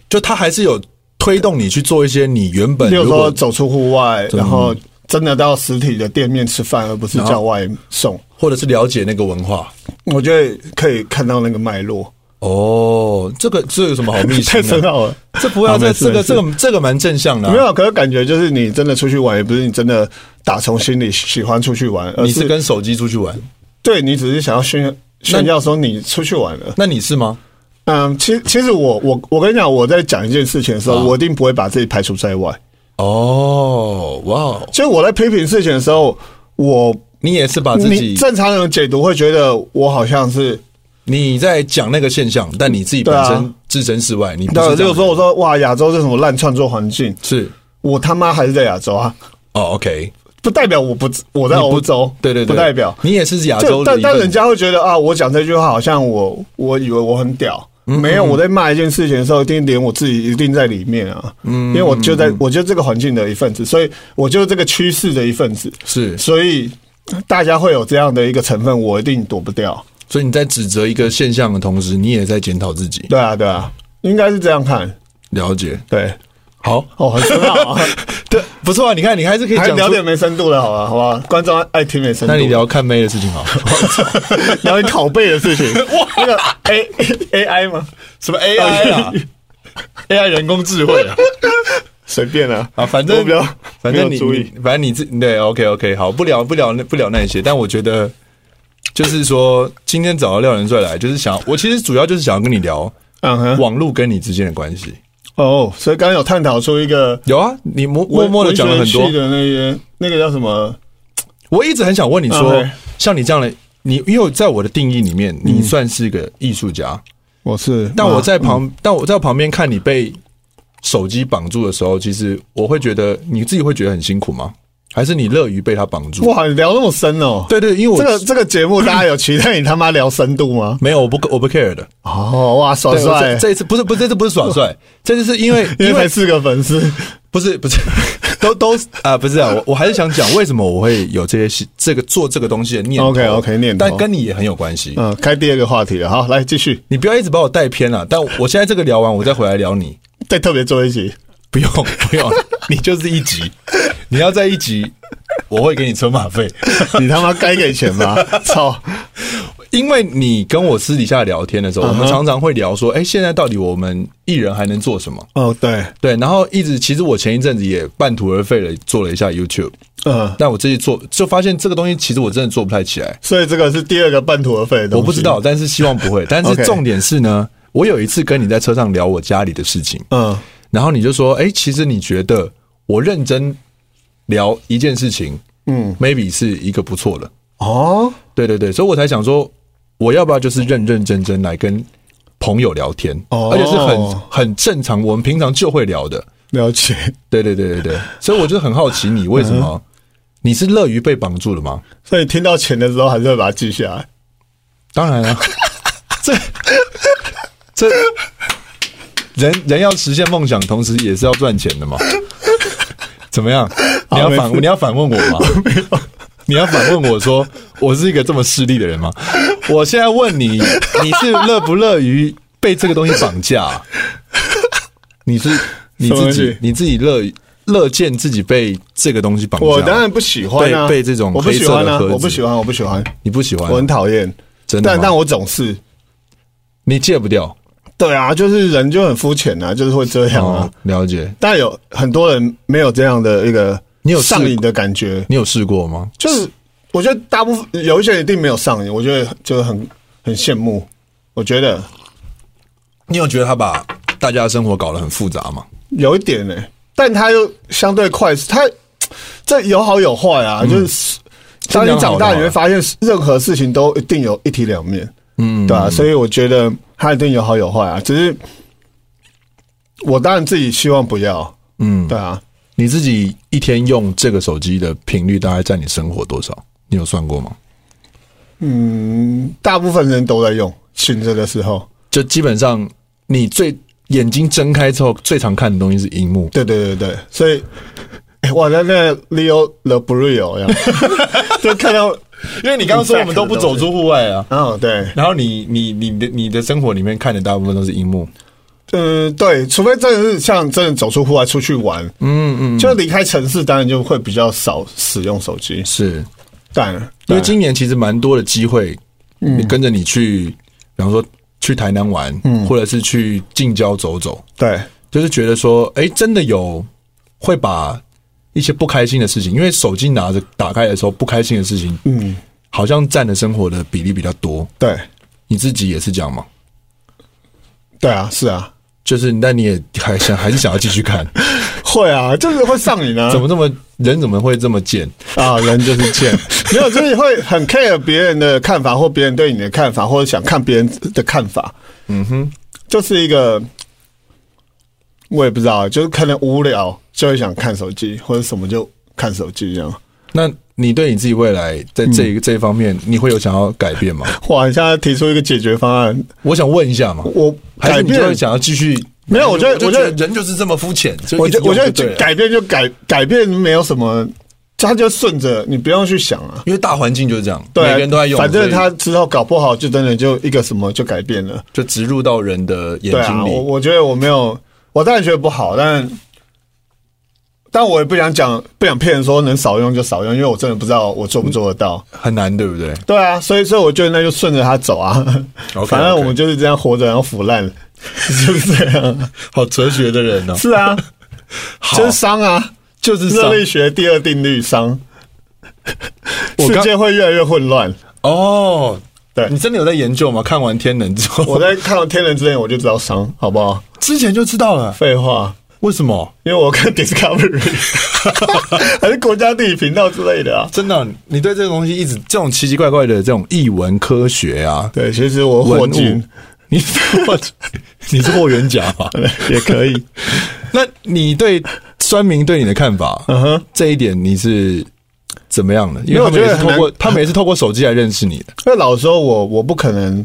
[SPEAKER 1] 就他还是有推动你去做一些你原本
[SPEAKER 2] 例如嗯
[SPEAKER 1] 如
[SPEAKER 2] 说
[SPEAKER 1] 果
[SPEAKER 2] 走出户外，然后真的到实体的店面吃饭，而不是
[SPEAKER 1] 后
[SPEAKER 2] 叫外送。
[SPEAKER 1] 或者是了解那个文化。
[SPEAKER 2] 我觉得可以看到那个脉络，
[SPEAKER 1] 哦，这个这有什么 好秘
[SPEAKER 2] 太
[SPEAKER 1] 辛
[SPEAKER 2] 深
[SPEAKER 1] 的？
[SPEAKER 2] 奥了。
[SPEAKER 1] 这不要
[SPEAKER 2] 好
[SPEAKER 1] 这
[SPEAKER 2] 没事
[SPEAKER 1] 这个
[SPEAKER 2] 没事
[SPEAKER 1] 这个这个蛮正向的啊，
[SPEAKER 2] 没有，可是感觉就是你真的出去玩，也不是你真的打从心里喜欢出去玩，而
[SPEAKER 1] 你
[SPEAKER 2] 是
[SPEAKER 1] 是跟手机出去玩，
[SPEAKER 2] 对你只是想要炫炫耀说你出去玩了。
[SPEAKER 1] 那你是吗？
[SPEAKER 2] 嗯，其其实我我我跟你讲，我在讲一件事情的时候，
[SPEAKER 1] 啊
[SPEAKER 2] 我一定不会把自己排除在外。
[SPEAKER 1] 哦，哇哦，
[SPEAKER 2] 就是我在批评事情的时候，我
[SPEAKER 1] 你也是把自
[SPEAKER 2] 你
[SPEAKER 1] 己
[SPEAKER 2] 正常人解读会觉得我好像是
[SPEAKER 1] 你在讲那个现象，但你自己本
[SPEAKER 2] 对
[SPEAKER 1] 身
[SPEAKER 2] 啊
[SPEAKER 1] 置身事外，你不
[SPEAKER 2] 那
[SPEAKER 1] 是
[SPEAKER 2] 就
[SPEAKER 1] 这
[SPEAKER 2] 是
[SPEAKER 1] 样的
[SPEAKER 2] 说，我说哇，亚洲这什么烂创作环境，
[SPEAKER 1] 是
[SPEAKER 2] 我他妈还是在亚洲啊，
[SPEAKER 1] 哦，OK，
[SPEAKER 2] 不代表我不我在
[SPEAKER 1] 你不
[SPEAKER 2] 欧洲，
[SPEAKER 1] 对对对，
[SPEAKER 2] 哦不代表
[SPEAKER 1] 你也是亚
[SPEAKER 2] 就
[SPEAKER 1] 洲
[SPEAKER 2] 但
[SPEAKER 1] 的一
[SPEAKER 2] 但
[SPEAKER 1] 份
[SPEAKER 2] 人
[SPEAKER 1] 子，
[SPEAKER 2] 家会觉得啊，我讲这句话好像我我以为我很屌，没有我在骂一件事情的时候，一定连我自己一定在里面啊，因为我就在我就是这个环境的一份子，所以我就是这个趋势的一份子，
[SPEAKER 1] 是，
[SPEAKER 2] 所以大家会有这样的一个成分，我一定躲不掉。
[SPEAKER 1] 所以你在指责一个现象的同时，你也在检讨自己，
[SPEAKER 2] 对啊，对啊，应该是这样看。
[SPEAKER 1] 了解。
[SPEAKER 2] 对，
[SPEAKER 1] 好，
[SPEAKER 2] 哦，很深奥啊，
[SPEAKER 1] 对，不错啊！你看，你还是可以
[SPEAKER 2] 还
[SPEAKER 1] 讲
[SPEAKER 2] 聊
[SPEAKER 1] 出
[SPEAKER 2] 点没深度的好吧？好吧，观众爱听没深度。
[SPEAKER 1] 那你聊看妹的事情好了，
[SPEAKER 2] 聊你拷贝的事 情，那个 A A I 吗？
[SPEAKER 1] 什么
[SPEAKER 2] AI 啊
[SPEAKER 1] ，AI 人工智慧啊，
[SPEAKER 2] 随便啊，
[SPEAKER 1] 啊，反正
[SPEAKER 2] 我比较
[SPEAKER 1] 反
[SPEAKER 2] 没有
[SPEAKER 1] 正你
[SPEAKER 2] 注
[SPEAKER 1] 你
[SPEAKER 2] 意。
[SPEAKER 1] 反正你自对，OK OK，好，不聊不聊那不聊那些，但我觉得就是说，今天找到廖仁帅来，就是想我其实主要就是想要跟你 聊
[SPEAKER 2] 嗯哼，
[SPEAKER 1] 网络跟你之间的关系。
[SPEAKER 2] 哦，所以刚刚有探讨出一个
[SPEAKER 1] 有啊，你默默默的讲了很
[SPEAKER 2] 文
[SPEAKER 1] 多
[SPEAKER 2] 学系，的那些那个叫什么？
[SPEAKER 1] 我一直很想问你说
[SPEAKER 2] 嗯，
[SPEAKER 1] 像你这样的，你因为在我的定义里面，你算是一个艺术家，
[SPEAKER 2] 我是，
[SPEAKER 1] 但我在
[SPEAKER 2] 嗯
[SPEAKER 1] 旁，但我在旁边看你被手机绑住的时候，其实我会觉得你自己会觉得很辛苦吗？还是你乐于被他绑住？
[SPEAKER 2] 哇，你聊那么深哦。
[SPEAKER 1] 对对，因为我
[SPEAKER 2] 这个这个节目，大家有期待你他妈聊深度 吗？
[SPEAKER 1] 没有，我不我不 care 的。
[SPEAKER 2] 哦，哇，耍
[SPEAKER 1] 对，我
[SPEAKER 2] 帅
[SPEAKER 1] 这，这一次不是不是这次不是耍 帅，这次是因为
[SPEAKER 2] 因为
[SPEAKER 1] 因
[SPEAKER 2] 才
[SPEAKER 1] 为
[SPEAKER 2] 四个粉丝，
[SPEAKER 1] 不是不是都都啊不是啊，我我还是想讲为什么我会有这些事这个做这个东西的念头
[SPEAKER 2] OK，OK，念头
[SPEAKER 1] 但跟你也很有关系。
[SPEAKER 2] 嗯，开第二个话题了，好，来继续，
[SPEAKER 1] 你不要一直把我带偏啊了，但我现在这个聊完，我再回来聊你。
[SPEAKER 2] 再特别做一集，
[SPEAKER 1] 不用不用，你就是一集，你要在一集，我会给你车马费，
[SPEAKER 2] 你他妈该给 钱吧，操，
[SPEAKER 1] 因为你跟我私底下聊天的
[SPEAKER 2] 嗯
[SPEAKER 1] 时候，我们常常会聊说，哎、现在到底我们艺人还能做什么？
[SPEAKER 2] 哦，对，
[SPEAKER 1] 对，然后一直其实我前一阵子也半途而废了，做了一下 YouTube，
[SPEAKER 2] 嗯，
[SPEAKER 1] 但我自己做就发现这个东西其实我真的做不太起来，
[SPEAKER 2] 所以这个是第二个半途而废的东西，
[SPEAKER 1] 我不知道，但是希望不 会。但是
[SPEAKER 2] OK
[SPEAKER 1] 重点是呢，我有一次跟你在车上聊我家里的事情，
[SPEAKER 2] 嗯，
[SPEAKER 1] 然后你就说，哎、其实你觉得我认真聊一件事情，嗯，maybe 是一个不错的，
[SPEAKER 2] 哦，
[SPEAKER 1] 对对对，所以我才想说，我要不要就是认认真真来跟朋友聊天，
[SPEAKER 2] 哦
[SPEAKER 1] 而且是很很正常，我们平常就会聊的，
[SPEAKER 2] 了解，
[SPEAKER 1] 对对对对对，所以我就很好奇你为什么。你是乐于被绑住的吗？
[SPEAKER 2] 所以听到钱的时候还是会把它记下来，
[SPEAKER 1] 当然了、啊 这这人人要实现梦想，同时也是要赚钱的嘛。怎么样？你要
[SPEAKER 2] 没
[SPEAKER 1] 反你要反问我吗？ 你要反问我说我是一个这么势利的人吗？我现在问你，你是乐不乐于被这个东西绑架、你是你
[SPEAKER 2] 什么
[SPEAKER 1] 自己
[SPEAKER 2] 东西
[SPEAKER 1] 你自己乐乐见自己被这个东西绑架？
[SPEAKER 2] 我当然不喜欢啊，
[SPEAKER 1] 被被这种
[SPEAKER 2] 我不喜
[SPEAKER 1] 黑色
[SPEAKER 2] 欢
[SPEAKER 1] 的
[SPEAKER 2] 啊，
[SPEAKER 1] 盒子
[SPEAKER 2] 我不喜欢，我不喜欢，
[SPEAKER 1] 你不喜欢啊
[SPEAKER 2] 我，很讨厌，
[SPEAKER 1] 真的吗
[SPEAKER 2] 但但我总是。
[SPEAKER 1] 你戒不掉。
[SPEAKER 2] 对啊，就是人就很肤浅啊，就是会这样啊
[SPEAKER 1] 哦。，了解。
[SPEAKER 2] 但有很多人没有这样的一个
[SPEAKER 1] 你有试
[SPEAKER 2] 上瘾的感觉，
[SPEAKER 1] 你有试过吗？
[SPEAKER 2] 就是我觉得大部分有一些人一定没有上瘾，我觉得就是很很羡慕。我觉得
[SPEAKER 1] 你有觉得他把大家的生活搞得很复杂吗？
[SPEAKER 2] 有一点呢、欸但他又相对快速，他这有好有坏啊。就是当你长
[SPEAKER 1] 好嗯
[SPEAKER 2] 大，
[SPEAKER 1] 的
[SPEAKER 2] 你会发现任何事情都一定有一体两面，嗯，对啊，所以我觉得他一定有好有坏啊。只是我当然自己希望不要，
[SPEAKER 1] 嗯，
[SPEAKER 2] 对啊。
[SPEAKER 1] 你自己一天用这个手机的频率大概占你生活多少？你有算过吗？
[SPEAKER 2] 大部分人都在用，醒着的时候。
[SPEAKER 1] 就基本上你最眼睛睁开之后最常看的东西是荧幕，
[SPEAKER 2] 对对对对，所以， 哎、哇，那那 Leo the Brio 呀， 就看到，
[SPEAKER 1] 因为你刚刚说我们都不走出户外啊。
[SPEAKER 2] 哦，对，
[SPEAKER 1] 然后你你你的你的生活里面看的大部分都是荧幕，
[SPEAKER 2] 嗯、对，除非真的是像真的走出户外出去玩，嗯嗯，就离开城市，当然就会比较少使用手机，
[SPEAKER 1] 是
[SPEAKER 2] 当然，
[SPEAKER 1] 因为
[SPEAKER 2] 当然
[SPEAKER 1] 今年其实蛮多的机会，你跟着你去，比方说去台南玩，或者是去近郊走走，
[SPEAKER 2] 对，
[SPEAKER 1] 就是觉得说，哎、真的有会把一些不开心的事情，因为手机拿着打开的时候，不开心的事情，
[SPEAKER 2] 嗯，
[SPEAKER 1] 好像占了生活的比例比较多。
[SPEAKER 2] 对，
[SPEAKER 1] 你自己也是这样吗？
[SPEAKER 2] 对啊，是啊，
[SPEAKER 1] 就是，那你也还想还是想要继续 看？
[SPEAKER 2] 会啊，就是会上瘾啊，
[SPEAKER 1] 怎么这么人怎么会这么贱？
[SPEAKER 2] 啊，人就是 贱，没有，就是会很 care 别人的看法，或别人对你的看法，或者想看别人的看法。嗯哼，就是一个，我也不知道，就是可能无聊就会想看手机，或者什么就看手机这样。
[SPEAKER 1] 那你对你自己未来在这一
[SPEAKER 2] 嗯
[SPEAKER 1] 个、这一方面，你会有想要改变吗？
[SPEAKER 2] 哇，你现在提出一个解决方案，
[SPEAKER 1] 我想问一下嘛，
[SPEAKER 2] 我
[SPEAKER 1] 还
[SPEAKER 2] 改
[SPEAKER 1] 是你就
[SPEAKER 2] 变
[SPEAKER 1] 会，想要继续？
[SPEAKER 2] 没有我觉得
[SPEAKER 1] 就
[SPEAKER 2] 我觉得
[SPEAKER 1] 人就是这么肤浅。就
[SPEAKER 2] 我
[SPEAKER 1] 一直
[SPEAKER 2] 觉我觉
[SPEAKER 1] 用就对
[SPEAKER 2] 得
[SPEAKER 1] 了
[SPEAKER 2] 改变就改改变没有什么，他就顺着你不用去想啊。
[SPEAKER 1] 因为大环境就是这样，
[SPEAKER 2] 对啊，
[SPEAKER 1] 每个人都在用，
[SPEAKER 2] 反
[SPEAKER 1] 所
[SPEAKER 2] 正
[SPEAKER 1] 以
[SPEAKER 2] 他之后搞不好就真的就一个什么就改变了。
[SPEAKER 1] 就植入到人的眼
[SPEAKER 2] 对
[SPEAKER 1] 睛
[SPEAKER 2] 啊，
[SPEAKER 1] 里。
[SPEAKER 2] 我我觉得我没有，我当然觉得不好，但但我也不想讲，不想骗人说能少用就少用，因为我真的不知道我做不做得到。
[SPEAKER 1] 很难，对不对？
[SPEAKER 2] 对啊，所以所以我觉得那就顺着他走啊
[SPEAKER 1] OK，OK
[SPEAKER 2] 反正我们就是这样活着，然后腐烂， 就是这样。
[SPEAKER 1] 好哲学的人哦，
[SPEAKER 2] 是啊，
[SPEAKER 1] 好
[SPEAKER 2] 就是伤啊，
[SPEAKER 1] 就是
[SPEAKER 2] 热
[SPEAKER 1] 伤
[SPEAKER 2] 力学第二定律伤，
[SPEAKER 1] 我
[SPEAKER 2] 世
[SPEAKER 1] 刚
[SPEAKER 2] 界会越来越混乱。
[SPEAKER 1] 哦。
[SPEAKER 2] 对
[SPEAKER 1] 你真的有在研究吗？看完《天能》之后，
[SPEAKER 2] 我在看到天人之前我就知道伤，好不好？
[SPEAKER 1] 之前就知道了，
[SPEAKER 2] 废话，
[SPEAKER 1] 为什么？
[SPEAKER 2] 因为我看 Discovery 还是国家地理频道之类的啊。
[SPEAKER 1] 真的，你对这个东西一直这种奇奇怪怪的这种译文科学啊，
[SPEAKER 2] 对，其实我
[SPEAKER 1] 文
[SPEAKER 2] 霍
[SPEAKER 1] 物
[SPEAKER 2] 金，
[SPEAKER 1] 你 霍你是霍元甲 吗？
[SPEAKER 2] 也可以。
[SPEAKER 1] 那你对酸民对你的看法，
[SPEAKER 2] 嗯哼，
[SPEAKER 1] 这一点你是怎么样的？因
[SPEAKER 2] 因为
[SPEAKER 1] 为
[SPEAKER 2] 我
[SPEAKER 1] 他们也是
[SPEAKER 2] 觉得很
[SPEAKER 1] 透过
[SPEAKER 2] 难
[SPEAKER 1] 他们也是透过手机来认识你的。
[SPEAKER 2] 因为老实说我我不可能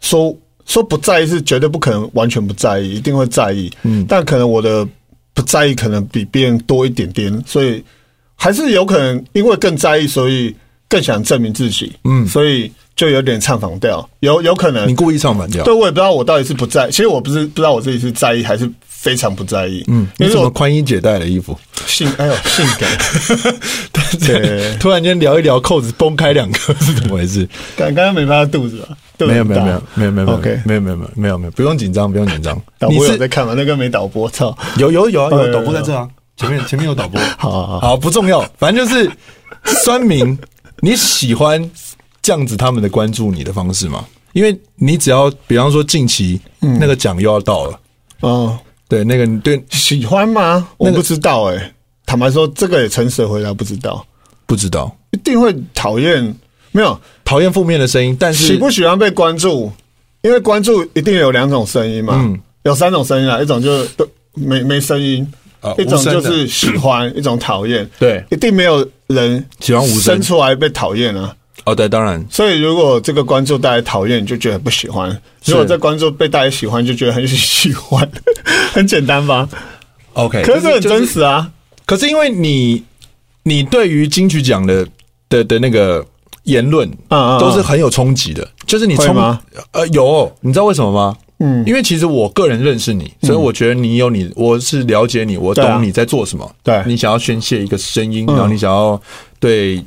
[SPEAKER 2] 说说不在意是绝对不可能完全不在意，一定会在意。嗯，但可能我的不在意可能比别人多一点点，所以还是有可能因为更在意，所以更想证明自己。嗯，所以就有点唱反调，有有可能
[SPEAKER 1] 你故意唱反调
[SPEAKER 2] 对，，我也不知道我到底是不在，其实我不是不知道我自己是在意还是非常不在意。嗯，
[SPEAKER 1] 你
[SPEAKER 2] 因为
[SPEAKER 1] 怎么
[SPEAKER 2] 我
[SPEAKER 1] 宽衣解带的衣服？
[SPEAKER 2] 性哎呦性感，对
[SPEAKER 1] 突然间聊一聊，扣子崩开两颗是怎么回事？
[SPEAKER 2] 刚刚刚没拍到肚子啊，肚子
[SPEAKER 1] 没有没有
[SPEAKER 2] 很大
[SPEAKER 1] 没有没有没有没有
[SPEAKER 2] OK
[SPEAKER 1] 没有没有没有没有没有，不用紧张不用紧张。
[SPEAKER 2] 导
[SPEAKER 1] 你
[SPEAKER 2] 播有在
[SPEAKER 1] 是
[SPEAKER 2] 看吗？那个没导播，操！
[SPEAKER 1] 有有有啊
[SPEAKER 2] 有
[SPEAKER 1] 有
[SPEAKER 2] 有
[SPEAKER 1] 导播在这啊，前面前面有导播。
[SPEAKER 2] 好好好，
[SPEAKER 1] 好，不重要，反正就是酸民，你喜欢这样子他们的关注你的方式吗？因为你只要比方说近期那个奖又要到了，
[SPEAKER 2] 哦，
[SPEAKER 1] 对那个你对
[SPEAKER 2] 喜欢吗？我不知道哎、坦白说，这个也诚实的回答不知道，
[SPEAKER 1] 不知道
[SPEAKER 2] 一定会讨厌。没有
[SPEAKER 1] 讨厌负面的声音，但
[SPEAKER 2] 喜
[SPEAKER 1] 是
[SPEAKER 2] 不喜欢被关注，因为关注一定有两种声音嘛，
[SPEAKER 1] 嗯
[SPEAKER 2] 有三种声音啊，一种就是都没没声音。
[SPEAKER 1] 啊
[SPEAKER 2] 一种就
[SPEAKER 1] 无声
[SPEAKER 2] 是喜 欢，一种讨厌，
[SPEAKER 1] 对
[SPEAKER 2] 一定没有人
[SPEAKER 1] 喜欢无声
[SPEAKER 2] 生出来被讨厌啊。
[SPEAKER 1] 哦对，当然
[SPEAKER 2] 所以如果这个关注大家讨厌，你就觉得不喜欢；如果这关注被大家喜欢，就觉得很喜欢， 很简单吧？
[SPEAKER 1] OK，
[SPEAKER 2] 可是这很
[SPEAKER 1] 哎就是
[SPEAKER 2] 真实啊。
[SPEAKER 1] 可是因为你，你对于金曲奖的的的那个言论，
[SPEAKER 2] 嗯嗯
[SPEAKER 1] 都是很有冲击的。就是你
[SPEAKER 2] 会
[SPEAKER 1] 冲
[SPEAKER 2] 吗，
[SPEAKER 1] 呃，有，你知道为什么吗？嗯，因为其实我个人认识你，所以我觉得你有你，我是了解你，我
[SPEAKER 2] 嗯对啊
[SPEAKER 1] 懂你在做什么。
[SPEAKER 2] 对嗯
[SPEAKER 1] 你想要宣泄一个声音，然后你想要对，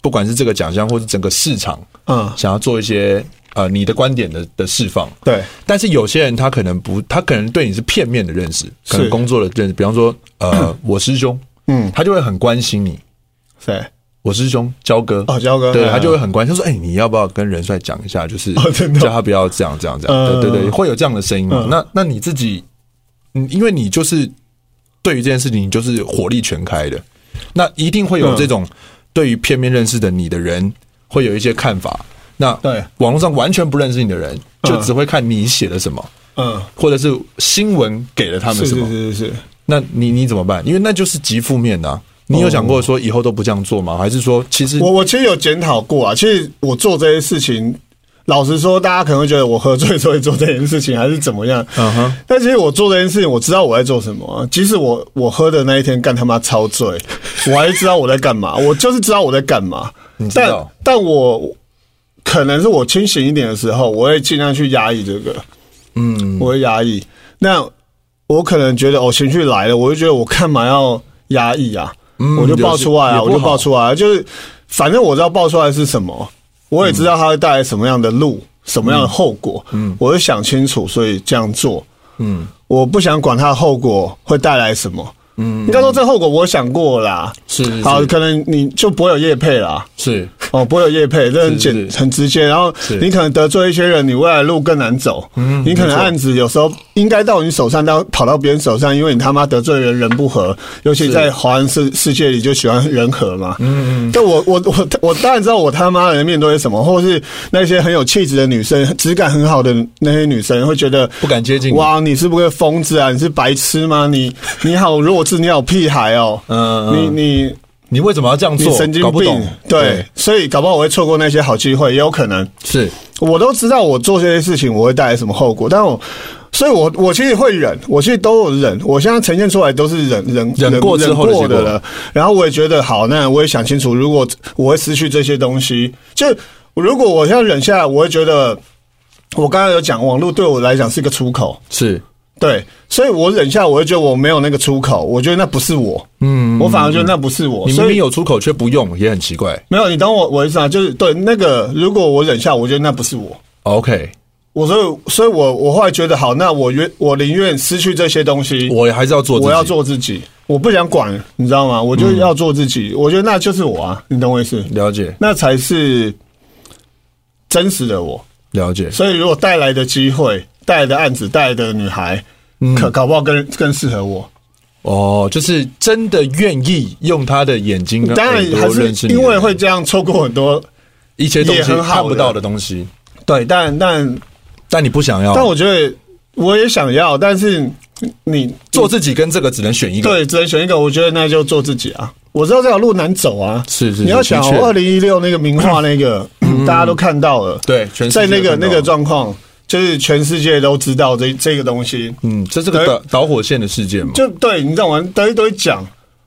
[SPEAKER 1] 不管是这个奖项或是整个市场，
[SPEAKER 2] 嗯
[SPEAKER 1] 想要做一些呃你的观点的的释放。
[SPEAKER 2] 对，
[SPEAKER 1] 但是有些人他可能不，他可能对你是片面的认识，可能
[SPEAKER 2] 是
[SPEAKER 1] 工作的认识，比方说 呃，我师兄，嗯，他就会很关心你。
[SPEAKER 2] 对，
[SPEAKER 1] 我师兄焦哥，
[SPEAKER 2] 哦焦哥
[SPEAKER 1] 对
[SPEAKER 2] 嗯
[SPEAKER 1] 他就会很关心，他说：“哎、你要不要跟任帅讲一下？就是
[SPEAKER 2] 哦真的哦
[SPEAKER 1] 叫他不要这样这样这样。”
[SPEAKER 2] 嗯
[SPEAKER 1] 对对对，会有这样的声音嘛？那那你自己，嗯，因为你就是对于这件事情，你就是火力全开的，那一定会有这
[SPEAKER 2] 嗯
[SPEAKER 1] 种对于片面认识的你的人，会有一些看法。那
[SPEAKER 2] 对
[SPEAKER 1] 网络上完全不认识你的人，就只会看你写的什么。
[SPEAKER 2] 嗯，
[SPEAKER 1] 或者是新闻给了他们
[SPEAKER 2] 是
[SPEAKER 1] 嗯什
[SPEAKER 2] 是
[SPEAKER 1] 么，
[SPEAKER 2] 是是是，
[SPEAKER 1] 那你你怎么办？因为那就是极负面的啊、你有想过说以后都不这样做吗？还是说其实
[SPEAKER 2] 哦我我其实有检讨过啊。其实我做这些事情，老实说，大家可能会觉得我喝醉所以做这件事情，还是怎么样？
[SPEAKER 1] 嗯哼，
[SPEAKER 2] 但其实我做这件事情，我知道我在做什么、啊。即使我我喝的那一天干他妈超醉，我还是知道我在干嘛。我就是知道我在 干嘛。
[SPEAKER 1] 知
[SPEAKER 2] 但
[SPEAKER 1] 道
[SPEAKER 2] 但我可能是我清醒一点的时候，我会尽量去压抑这个。嗯，我会压抑。那我可能觉得哦，情绪来了，我就觉得我干嘛要压抑啊？我就爆出来
[SPEAKER 1] 也
[SPEAKER 2] 啊，
[SPEAKER 1] 是
[SPEAKER 2] 我就爆出来啊、就是反正我知道爆出来是什么，我也知道它会带来什么样的路，什么样的后果。嗯，我就想清楚，所以这样做。
[SPEAKER 1] 嗯，
[SPEAKER 2] 我不想管它的后果会带来什么。嗯，应该说这后果我想过啦。
[SPEAKER 1] 是是
[SPEAKER 2] 好，可能你就不会有业配啦。
[SPEAKER 1] 是
[SPEAKER 2] 哦，不会有业配，这很简
[SPEAKER 1] 是是
[SPEAKER 2] 很直接。然后
[SPEAKER 1] 是
[SPEAKER 2] 你可能得罪一些人，你未来路更难走。嗯，你可能案子有时候应该到你手上，到跑到别人手上，因为你他妈得罪人，人不和。尤其在华人世世界里，就喜欢人和嘛。嗯嗯。但我我我我当然知道我他妈的面对什么，或是那些很有气质的女生，质感很好的那些女生，会觉得
[SPEAKER 1] 不敢接近你
[SPEAKER 2] 哇，你是不是个疯子啊？你是白痴吗？你你好弱智，你好屁孩哦。
[SPEAKER 1] 嗯嗯
[SPEAKER 2] 你你
[SPEAKER 1] 你为什么要这样
[SPEAKER 2] 你
[SPEAKER 1] 做？
[SPEAKER 2] 神经
[SPEAKER 1] 搞不
[SPEAKER 2] 病
[SPEAKER 1] 懂，，
[SPEAKER 2] 对，所以搞不好我会错过那些好机会，也有可能。
[SPEAKER 1] 是
[SPEAKER 2] 我都知道我做这些事情我会带来什么后果，但我，所以我我其实会忍，我其实都有忍，我现在呈现出来都是忍忍
[SPEAKER 1] 忍过之后的
[SPEAKER 2] 忍过
[SPEAKER 1] 结
[SPEAKER 2] 的
[SPEAKER 1] 果
[SPEAKER 2] 了。然后我也觉得好，那我也想清楚，如果我会失去这些东西，就如果我现在忍下来，我会觉得我刚刚有讲，网络对我来讲是一个出口。
[SPEAKER 1] 是
[SPEAKER 2] 对，所以我忍下，我就觉得我没有那个出口，我觉得那不是我，嗯，我反而觉得那不是我，
[SPEAKER 1] 你明
[SPEAKER 2] 哦所
[SPEAKER 1] 明
[SPEAKER 2] 以
[SPEAKER 1] 有出口却不用，也很奇怪。
[SPEAKER 2] 没有你懂我我意思啊，就是对那个，如果我忍下，我觉得那不是我，
[SPEAKER 1] OK，
[SPEAKER 2] 我所以所以我我后来觉得好，那我愿我宁愿失去这些东西，
[SPEAKER 1] 我还是要做自己，
[SPEAKER 2] 我要做自己，我不想管，你知道吗？我就要做自己，
[SPEAKER 1] 嗯
[SPEAKER 2] 我觉得那就是我啊，你懂我意思？
[SPEAKER 1] 了解
[SPEAKER 2] 那才是真实的我。
[SPEAKER 1] 了解，
[SPEAKER 2] 所以如果带来的机会、带来的案子、带来的女孩，
[SPEAKER 1] 嗯
[SPEAKER 2] 可搞不好更更适合我。
[SPEAKER 1] 哦，就是真的愿意用他的眼睛跟
[SPEAKER 2] 当然
[SPEAKER 1] 耳
[SPEAKER 2] 还
[SPEAKER 1] 朵认识
[SPEAKER 2] 是
[SPEAKER 1] 你的
[SPEAKER 2] 因
[SPEAKER 1] 人，
[SPEAKER 2] 为会这样错过很多。
[SPEAKER 1] 一些东西
[SPEAKER 2] 也很好
[SPEAKER 1] 看
[SPEAKER 2] 的
[SPEAKER 1] 不到的东西，
[SPEAKER 2] 对，但但
[SPEAKER 1] 但你不想要，
[SPEAKER 2] 但我觉得我也想要，但是你
[SPEAKER 1] 做自己跟这个只能选一个，
[SPEAKER 2] 对只能选一个，我觉得那就做自己啊。我知道这条路难走啊，
[SPEAKER 1] 是是是
[SPEAKER 2] 你要想
[SPEAKER 1] 的确
[SPEAKER 2] 二零一六那个名画那个，大家都看到了，
[SPEAKER 1] 对全世界
[SPEAKER 2] 在那个
[SPEAKER 1] 看到
[SPEAKER 2] 那个状况，就是全世界都知道这这个东西，
[SPEAKER 1] 嗯，这是个
[SPEAKER 2] 对
[SPEAKER 1] 导导火线的事件嘛？
[SPEAKER 2] 就对你知道吗？得一堆奖，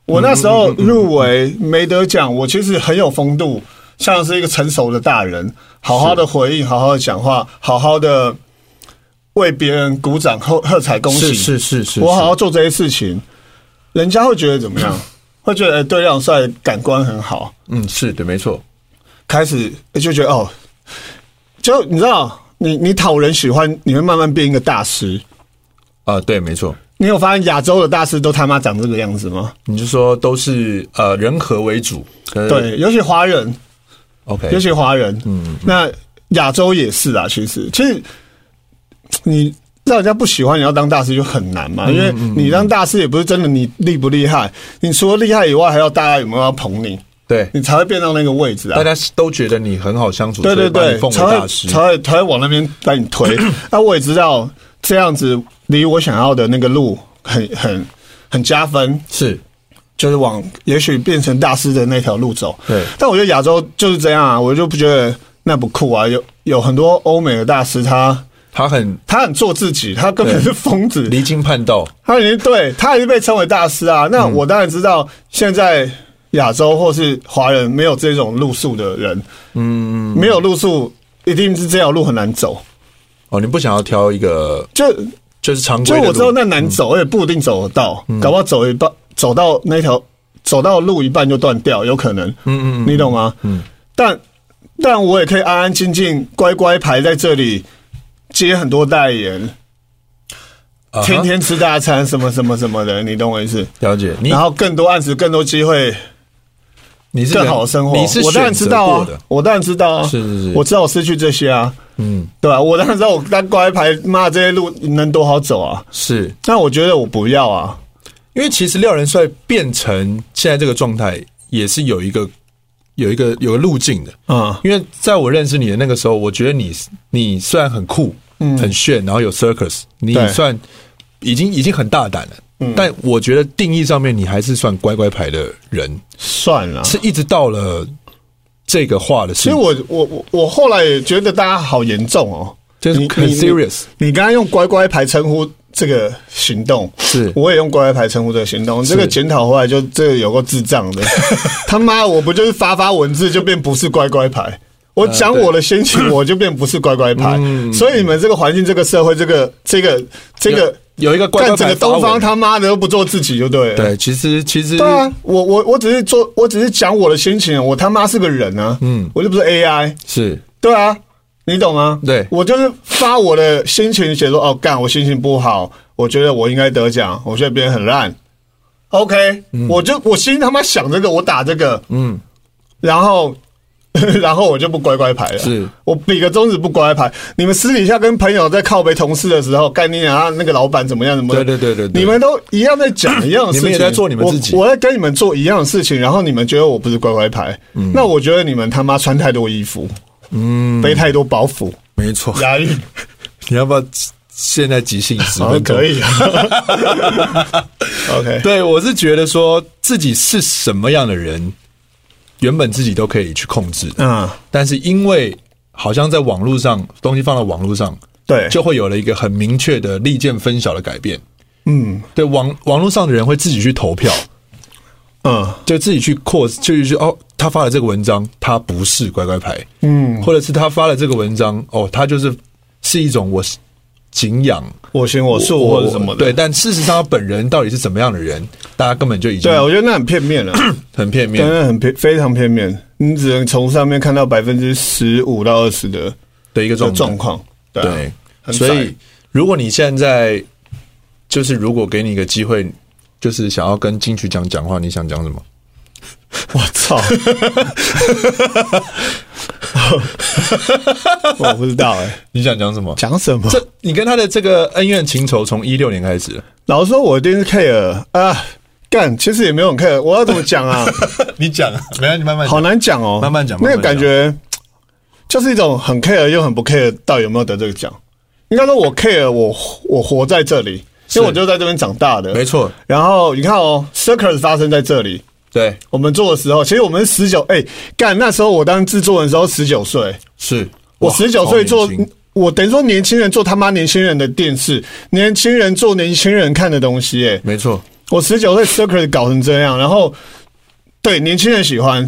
[SPEAKER 2] 我那时
[SPEAKER 1] 嗯
[SPEAKER 2] 候入围没得奖，我其实很有风度，像是一个成熟的大人，好好的回应，好好的讲话，好好的为别人鼓掌喝喝彩恭喜，
[SPEAKER 1] 是是是是，
[SPEAKER 2] 我好好
[SPEAKER 1] 是
[SPEAKER 2] 做这些事情，人家会觉得怎么样？ 会觉得、哎对亮帅感官很好，
[SPEAKER 1] 嗯，是的，没错，
[SPEAKER 2] 开始就觉得哦，就你知道，你你讨人喜欢，你会慢慢变一个大师。
[SPEAKER 1] 啊，对，没错。
[SPEAKER 2] 你有发现亚洲的大师都他妈长这个样子吗？
[SPEAKER 1] 你就说都是呃人和为主，可是
[SPEAKER 2] 对，尤其华人，
[SPEAKER 1] ，OK，
[SPEAKER 2] 尤其华人，嗯，那亚洲也是啊。其实，其实你让人家不喜欢你要当大师就很难嘛，因为你当大师也不是真的你厉不厉害，你除了厉害以外，还要大家有没有要捧你，
[SPEAKER 1] 对，
[SPEAKER 2] 你才会变到那个位置啊
[SPEAKER 1] 大。家都觉得你很好相处，
[SPEAKER 2] 对
[SPEAKER 1] 所
[SPEAKER 2] 对
[SPEAKER 1] 以把
[SPEAKER 2] 对
[SPEAKER 1] 你，奉为
[SPEAKER 2] 才
[SPEAKER 1] 大
[SPEAKER 2] 会
[SPEAKER 1] 师，
[SPEAKER 2] 才会才会往那边把你 推。那我也知道这样子离我想要的那个路很很很加分，
[SPEAKER 1] 是
[SPEAKER 2] 就是往也许变成大师的那条路走。
[SPEAKER 1] 对
[SPEAKER 2] 但我觉得亚洲就是这样啊，我就不觉得那不酷啊。有有很多欧美的大师他。
[SPEAKER 1] 他很
[SPEAKER 2] 他很做自己，他根本是疯子，
[SPEAKER 1] 离经叛道，
[SPEAKER 2] 他已经对他已经被称为大师啊。那我当然知道，现在亚洲或是华人没有这种路数的人，嗯，没有路数，一定是这条路很难走。
[SPEAKER 1] 哦，你不想要挑一个
[SPEAKER 2] 就
[SPEAKER 1] 就是常
[SPEAKER 2] 就
[SPEAKER 1] 规的
[SPEAKER 2] 我知道
[SPEAKER 1] 路，
[SPEAKER 2] 那难走，也嗯不一定走得到，搞不好走一半，走到那条走到路一半就断掉，有可能。嗯嗯，你懂吗？嗯，但但我也可以安安静静、乖乖排在这里，接很多代言，
[SPEAKER 1] 啊哈
[SPEAKER 2] 天天吃大餐，什么什么什么的，你懂我意思？
[SPEAKER 1] 了解你
[SPEAKER 2] 然，后更多案子，更多机会，
[SPEAKER 1] 你是
[SPEAKER 2] 更
[SPEAKER 1] 人
[SPEAKER 2] 好的生活。
[SPEAKER 1] 你是
[SPEAKER 2] 我当然知道
[SPEAKER 1] 选
[SPEAKER 2] 啊
[SPEAKER 1] 择过的，
[SPEAKER 2] 我当然知道啊，
[SPEAKER 1] 是是是
[SPEAKER 2] 我知道我失去这些啊，嗯，对吧、我当然知道我当乖牌，妈这些路能多好走啊？
[SPEAKER 1] 是
[SPEAKER 2] 但我觉得我不要啊，
[SPEAKER 1] 因为其实廖仁帅变成现在这个状态，也是有一个有一个有个路径的。
[SPEAKER 2] 嗯，
[SPEAKER 1] 因为在我认识你的那个时候，我觉得你你虽然很酷，嗯，很炫，然后有 circus，你
[SPEAKER 2] 对嗯
[SPEAKER 1] 算已经已经很大胆了。但我觉得定义上面，你还是算乖乖牌的
[SPEAKER 2] 嗯
[SPEAKER 1] 人，
[SPEAKER 2] 算了。
[SPEAKER 1] 是一直到了这个话的事
[SPEAKER 2] 其实
[SPEAKER 1] 情，
[SPEAKER 2] 我我我我后来也觉得大家好严重哦，
[SPEAKER 1] 就是
[SPEAKER 2] 你
[SPEAKER 1] 很
[SPEAKER 2] 你
[SPEAKER 1] serious，
[SPEAKER 2] 你你刚刚用乖乖牌称呼这个行动，
[SPEAKER 1] 是
[SPEAKER 2] 我也用乖乖牌称呼这个行动。这个检讨后来就这个有个智 障的，他妈我不就是发发文字就变不是乖乖牌？我讲我的心情，我就变不是乖乖
[SPEAKER 1] 呃
[SPEAKER 2] 牌。
[SPEAKER 1] 嗯
[SPEAKER 2] 所以你们这个环境、这个社会、这个这个这个，
[SPEAKER 1] 有一个乖乖牌
[SPEAKER 2] 干整个
[SPEAKER 1] 发
[SPEAKER 2] 东
[SPEAKER 1] 文
[SPEAKER 2] 方他妈的都不做自己，就对了。
[SPEAKER 1] 对，其实其实
[SPEAKER 2] 对啊，我我我只是做，我只是讲我的心情，我他妈是个人啊，嗯，我又不是 AI，
[SPEAKER 1] 是
[SPEAKER 2] 对啊，你懂吗？
[SPEAKER 1] 对
[SPEAKER 2] 我就是发我的心情，写说哦，干，我心情不好，我觉得我应该得奖，我觉得别人很烂。OK，、我
[SPEAKER 1] 嗯
[SPEAKER 2] 就我心他妈想这个，我打这个，嗯，然后 然后我就不乖乖牌了，
[SPEAKER 1] 是
[SPEAKER 2] 我比个中指不乖乖牌。你们私底下跟朋友在靠背同事的时候，干你啊，那个老板怎么样怎么样？
[SPEAKER 1] 对对对对对
[SPEAKER 2] 你们都一样在讲一样的事
[SPEAKER 1] 你
[SPEAKER 2] 情，
[SPEAKER 1] 们也在做你们自己
[SPEAKER 2] 哦我，我在跟你们做一样的事情，然后你们觉得我不是乖乖牌，
[SPEAKER 1] 嗯
[SPEAKER 2] 那我觉得你们他妈穿太多衣服，嗯，背太多包袱，
[SPEAKER 1] 没错。
[SPEAKER 2] 押韵，
[SPEAKER 1] 你要不要现在即兴十
[SPEAKER 2] 好像
[SPEAKER 1] 分钟？
[SPEAKER 2] 可以啊。OK，
[SPEAKER 1] 对，我是觉得说自己是什么样的人，原本自己都可以去控制，
[SPEAKER 2] 嗯，
[SPEAKER 1] 但是因为好像在网络上东西放到网络上，
[SPEAKER 2] 对，
[SPEAKER 1] 就会有了一个很明确的利剑分晓的改变。
[SPEAKER 2] 嗯
[SPEAKER 1] 对网网络上的人会自己去投票，
[SPEAKER 2] 嗯，
[SPEAKER 1] 就自己去扩，就是说哦，他发了这个文章，他不是乖乖牌，嗯，或者是他发了这个文章，哦，他就是是一种我敬仰。
[SPEAKER 2] 我行我素或者什么的。
[SPEAKER 1] 对，但事实上他本人到底是怎么样的人，大家根本就已经
[SPEAKER 2] 对啊，我觉得那很片面了，
[SPEAKER 1] 很片面
[SPEAKER 2] 真。的很片，非常片面。你只能从上面看到百分之十五到二十的
[SPEAKER 1] 的一个
[SPEAKER 2] 的
[SPEAKER 1] 状态
[SPEAKER 2] 状况，对啊
[SPEAKER 1] 对，
[SPEAKER 2] 很
[SPEAKER 1] 所
[SPEAKER 2] 窄
[SPEAKER 1] 以如果你现在就是如果给你一个机会，就是想要跟金曲奖讲话，你想讲什么？
[SPEAKER 2] 我 操！ 我不知道哎、
[SPEAKER 1] 你想讲什么？
[SPEAKER 2] 讲什么？
[SPEAKER 1] 这你跟他的这个恩怨情仇从一六年开始 了，
[SPEAKER 2] 老实说，我一定是 care 啊，干，其实也没有很 care，我要怎么讲 啊？
[SPEAKER 1] 你讲，没有你慢慢
[SPEAKER 2] 好难讲哦，
[SPEAKER 1] 慢慢讲
[SPEAKER 2] 那
[SPEAKER 1] 慢慢
[SPEAKER 2] 个
[SPEAKER 1] 讲
[SPEAKER 2] 感觉就是一种很 care 又很不 care，到底有没有得这个奖？应该说，我 care 我我活在这里，因为我就在这边长大的，
[SPEAKER 1] 没。错，
[SPEAKER 2] 然后你看哦，circus 发生在这里，
[SPEAKER 1] 对，
[SPEAKER 2] 我们做的时候，其实我们十九，哎，干，那时候我当制作人的时候十九岁，
[SPEAKER 1] 是
[SPEAKER 2] 我
[SPEAKER 1] 哇
[SPEAKER 2] 十九
[SPEAKER 1] 好
[SPEAKER 2] 岁
[SPEAKER 1] 年
[SPEAKER 2] 做
[SPEAKER 1] 轻，
[SPEAKER 2] 我等于说年轻人做他妈年轻人的电视，年轻人做年轻人看的东西、哎，
[SPEAKER 1] 没错，
[SPEAKER 2] 我十九岁 Circus 搞成这样，然后对年轻人喜欢，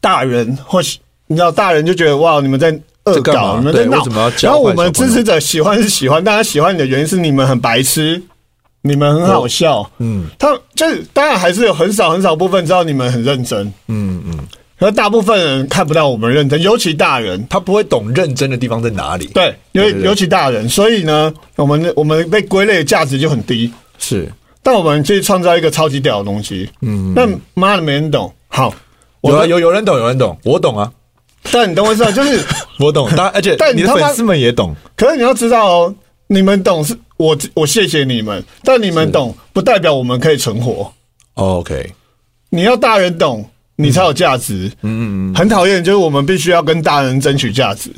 [SPEAKER 2] 大人或许你知道，大人就觉得哇，你们在恶
[SPEAKER 1] 这干
[SPEAKER 2] 搞，
[SPEAKER 1] 嘛
[SPEAKER 2] 你们在
[SPEAKER 1] 对
[SPEAKER 2] 闹
[SPEAKER 1] 为什么要，教
[SPEAKER 2] 然后我
[SPEAKER 1] 坏
[SPEAKER 2] 们
[SPEAKER 1] 小朋
[SPEAKER 2] 支
[SPEAKER 1] 友
[SPEAKER 2] 持者喜欢是喜欢，大家喜欢你的原因是你们很白痴，你们很好笑，
[SPEAKER 1] 嗯
[SPEAKER 2] 他们就是当然还是有很少很少部分知道你们很认真，
[SPEAKER 1] 嗯嗯，
[SPEAKER 2] 可是大部分人看不到我们认真，尤其大人。
[SPEAKER 1] 他不会懂认真的地方在哪里，
[SPEAKER 2] 对，尤
[SPEAKER 1] 对对
[SPEAKER 2] 尤其大人，所以呢，我们我们被归类的价值就很低，
[SPEAKER 1] 是
[SPEAKER 2] 但我们去创造一个超级屌的东西，嗯，那妈的没人懂。好，我
[SPEAKER 1] 有啊
[SPEAKER 2] 的，
[SPEAKER 1] 有有人懂，有人懂，我懂啊，
[SPEAKER 2] 但你懂我意 思吗？就是，
[SPEAKER 1] 我懂，但 而且
[SPEAKER 2] 但
[SPEAKER 1] 你的
[SPEAKER 2] 他妈
[SPEAKER 1] 粉丝们也懂，
[SPEAKER 2] 可是你要知道哦，你们懂是我我谢谢你们，但你们懂不代表我们可以存活。
[SPEAKER 1] 哦 OK，
[SPEAKER 2] 你要大人懂，你才有价值。嗯嗯很讨厌，就是我们必须要跟大人争取价值，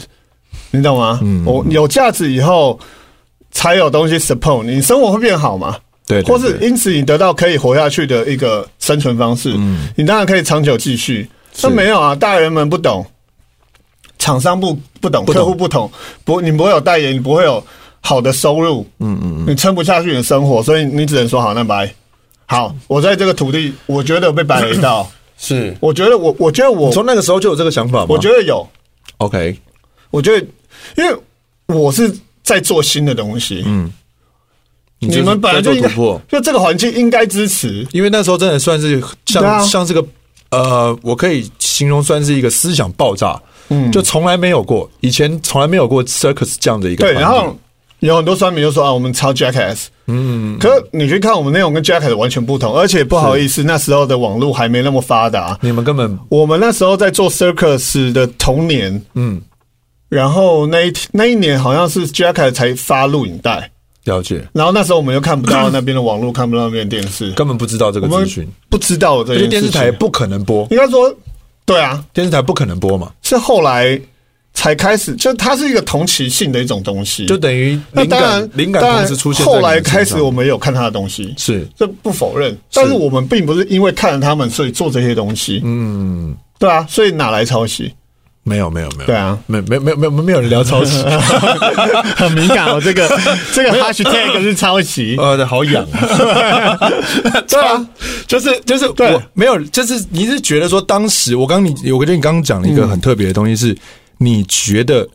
[SPEAKER 2] 你懂吗？嗯，我有价值以后才有东西 support 你，你生活会变好嘛？
[SPEAKER 1] 对，对
[SPEAKER 2] 或是
[SPEAKER 1] 对
[SPEAKER 2] 因此你得到可以活下去的一个生存方式，
[SPEAKER 1] 嗯
[SPEAKER 2] 你当然可以长久继续。那没有啊，大人们不懂，厂商不不懂，
[SPEAKER 1] 懂
[SPEAKER 2] 客户不懂，不你不会有代言，你不会有好的收入，嗯嗯，你撑不下去你的生活，所以你只能说好，那拜。好，我在这个土地，我觉得我被白雷到，
[SPEAKER 1] 是
[SPEAKER 2] 我觉得我，我觉得我，
[SPEAKER 1] 从那个时候就有这个想法吗？
[SPEAKER 2] 我觉得有，
[SPEAKER 1] OK，
[SPEAKER 2] 我觉得，因为我是在做新的东西，
[SPEAKER 1] 嗯你
[SPEAKER 2] 你
[SPEAKER 1] 就是
[SPEAKER 2] 们本来就
[SPEAKER 1] 在
[SPEAKER 2] 应
[SPEAKER 1] 做
[SPEAKER 2] 该
[SPEAKER 1] 突破，，
[SPEAKER 2] 就这个环境应该支持，
[SPEAKER 1] 因为那时候真的算是像、
[SPEAKER 2] 对啊
[SPEAKER 1] 像是个呃，我可以形容算是一个思想爆炸，嗯，就从来没有过，以前从来没有过 circus 这样的一个
[SPEAKER 2] 对，
[SPEAKER 1] 团体
[SPEAKER 2] 然后有很多酸民就说啊，我们抄 Jackass，嗯，可是你去看我们内容跟 Jackass 完全不同，而且不好意思，那时候的网络还没那么发达，
[SPEAKER 1] 你们根本
[SPEAKER 2] 我们那时候在做 Circus 的童年，
[SPEAKER 1] 嗯
[SPEAKER 2] 然后那一那一年好像是 Jackass 才发录影带，
[SPEAKER 1] 了解，
[SPEAKER 2] 然后那时候我们又看不到那边的网络，看不到那边的电视，
[SPEAKER 1] 根本不知道这个
[SPEAKER 2] 我
[SPEAKER 1] 资
[SPEAKER 2] 们
[SPEAKER 1] 讯，
[SPEAKER 2] 不知道这
[SPEAKER 1] 而且
[SPEAKER 2] 些
[SPEAKER 1] 电视台不可能播，
[SPEAKER 2] 应该说，对啊，
[SPEAKER 1] 电视台不可能播嘛，
[SPEAKER 2] 是后来才开始，就它是一个同期性的一种东西，
[SPEAKER 1] 就等于
[SPEAKER 2] 那
[SPEAKER 1] 灵
[SPEAKER 2] 当然
[SPEAKER 1] 感灵感
[SPEAKER 2] 当
[SPEAKER 1] 同
[SPEAKER 2] 然
[SPEAKER 1] 时出现在你
[SPEAKER 2] 后
[SPEAKER 1] 们
[SPEAKER 2] 来
[SPEAKER 1] 身上
[SPEAKER 2] 开始我们有看他的东西，
[SPEAKER 1] 是
[SPEAKER 2] 这不否认，但是我们并不是因为看了他们所以做这些东西，嗯，对啊，所以哪来 抄袭？
[SPEAKER 1] 没有没有没有，
[SPEAKER 2] 对啊，
[SPEAKER 1] 没没没没有没有人聊抄 袭，
[SPEAKER 2] 很敏感哦，这个 这个 hashtag 是 抄袭，
[SPEAKER 1] 呃，对好痒、 对啊， 就是就是
[SPEAKER 2] 对
[SPEAKER 1] 我没有，就是你是觉得说当时我刚你，我跟你刚刚讲了一
[SPEAKER 2] 嗯
[SPEAKER 1] 个很特别的东西是，你觉得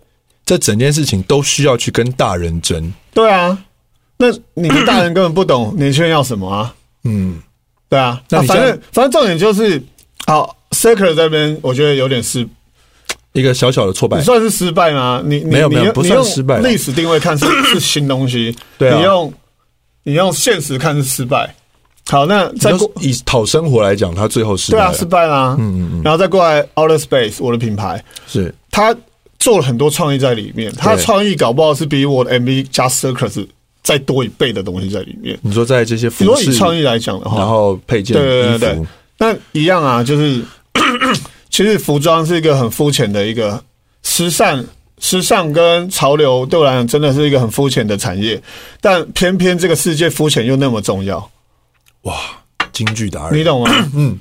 [SPEAKER 1] 这整件事情都需要去跟大人争，
[SPEAKER 2] 对啊，那你们大人根本不懂年轻人要什么啊，
[SPEAKER 1] 嗯，
[SPEAKER 2] 对啊，
[SPEAKER 1] 那
[SPEAKER 2] 那
[SPEAKER 1] 你这
[SPEAKER 2] 反正
[SPEAKER 1] 样
[SPEAKER 2] 反正重点就是，好 c i r c l e 这边我觉得有点失，
[SPEAKER 1] 一个小小的挫败
[SPEAKER 2] 你，算是失败吗？你你
[SPEAKER 1] 没有没有
[SPEAKER 2] 你用
[SPEAKER 1] 不算失败
[SPEAKER 2] 你
[SPEAKER 1] 啊
[SPEAKER 2] 用历史定位 看是是新东西，
[SPEAKER 1] 对啊
[SPEAKER 2] 你用你用现实看是失败。好，那再
[SPEAKER 1] 你
[SPEAKER 2] 过
[SPEAKER 1] 说以讨生活来讲，他最后失败
[SPEAKER 2] 对啊，
[SPEAKER 1] 了，
[SPEAKER 2] 失败啦。嗯嗯嗯。然后再过来 Outer Space，我的品牌，
[SPEAKER 1] 是
[SPEAKER 2] 他做了很多创意在里面。他的创意搞不好是比我的 MV 加 Circus 再多一倍的东西在里面。
[SPEAKER 1] 你说在这些
[SPEAKER 2] 如
[SPEAKER 1] 服
[SPEAKER 2] 果以
[SPEAKER 1] 饰，
[SPEAKER 2] 创意来讲的话，
[SPEAKER 1] 然后配件、
[SPEAKER 2] 对对对
[SPEAKER 1] 衣
[SPEAKER 2] 对
[SPEAKER 1] 服，，
[SPEAKER 2] 那一样啊，就是 其实服装是一个很肤浅的一个时尚。时尚跟潮流对我来讲真的是一个很肤浅的产业，但偏偏这个世界肤浅又那么重要，
[SPEAKER 1] 哇，京剧达
[SPEAKER 2] 你
[SPEAKER 1] 人，
[SPEAKER 2] 懂吗？ 嗯，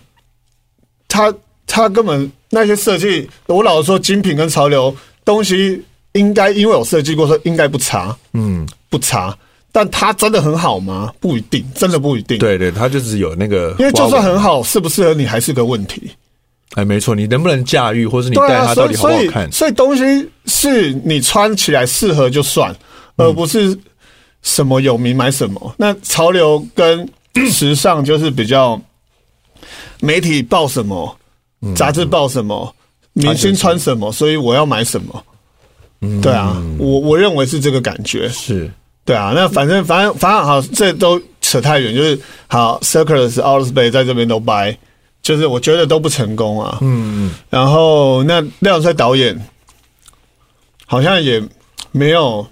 [SPEAKER 2] 他他根本那些设计，我老实说，精品跟潮流东西应该因为我设计过，说应该不差，
[SPEAKER 1] 嗯，
[SPEAKER 2] 不差。但它真的很好吗？不一定，真的不一定。，
[SPEAKER 1] 对对，他就是有那个花纹，
[SPEAKER 2] 因为就算很好，适不适合你还是个问题。
[SPEAKER 1] 哎，没错，你能不能驾驭，或是你
[SPEAKER 2] 对
[SPEAKER 1] 带
[SPEAKER 2] 啊，
[SPEAKER 1] 它
[SPEAKER 2] 所
[SPEAKER 1] 到
[SPEAKER 2] 以
[SPEAKER 1] 底好不
[SPEAKER 2] 所
[SPEAKER 1] 好
[SPEAKER 2] 以
[SPEAKER 1] 看？
[SPEAKER 2] 所以东西是你穿起来适合就算，
[SPEAKER 1] 嗯
[SPEAKER 2] 而不是什么有名买什么。那潮流跟时尚就是比较媒体报什么，
[SPEAKER 1] 嗯
[SPEAKER 2] 杂志报什么，明星穿什么，所以我要买什么。对啊，
[SPEAKER 1] 嗯
[SPEAKER 2] 我我认为是这个感觉。
[SPEAKER 1] 是
[SPEAKER 2] 对啊，那反正反正反正好，这都扯太远，就是好，Circus、Outer Space 在这边都掰，就是我觉得都不成功啊。嗯，然后那廖帅导演好像也没有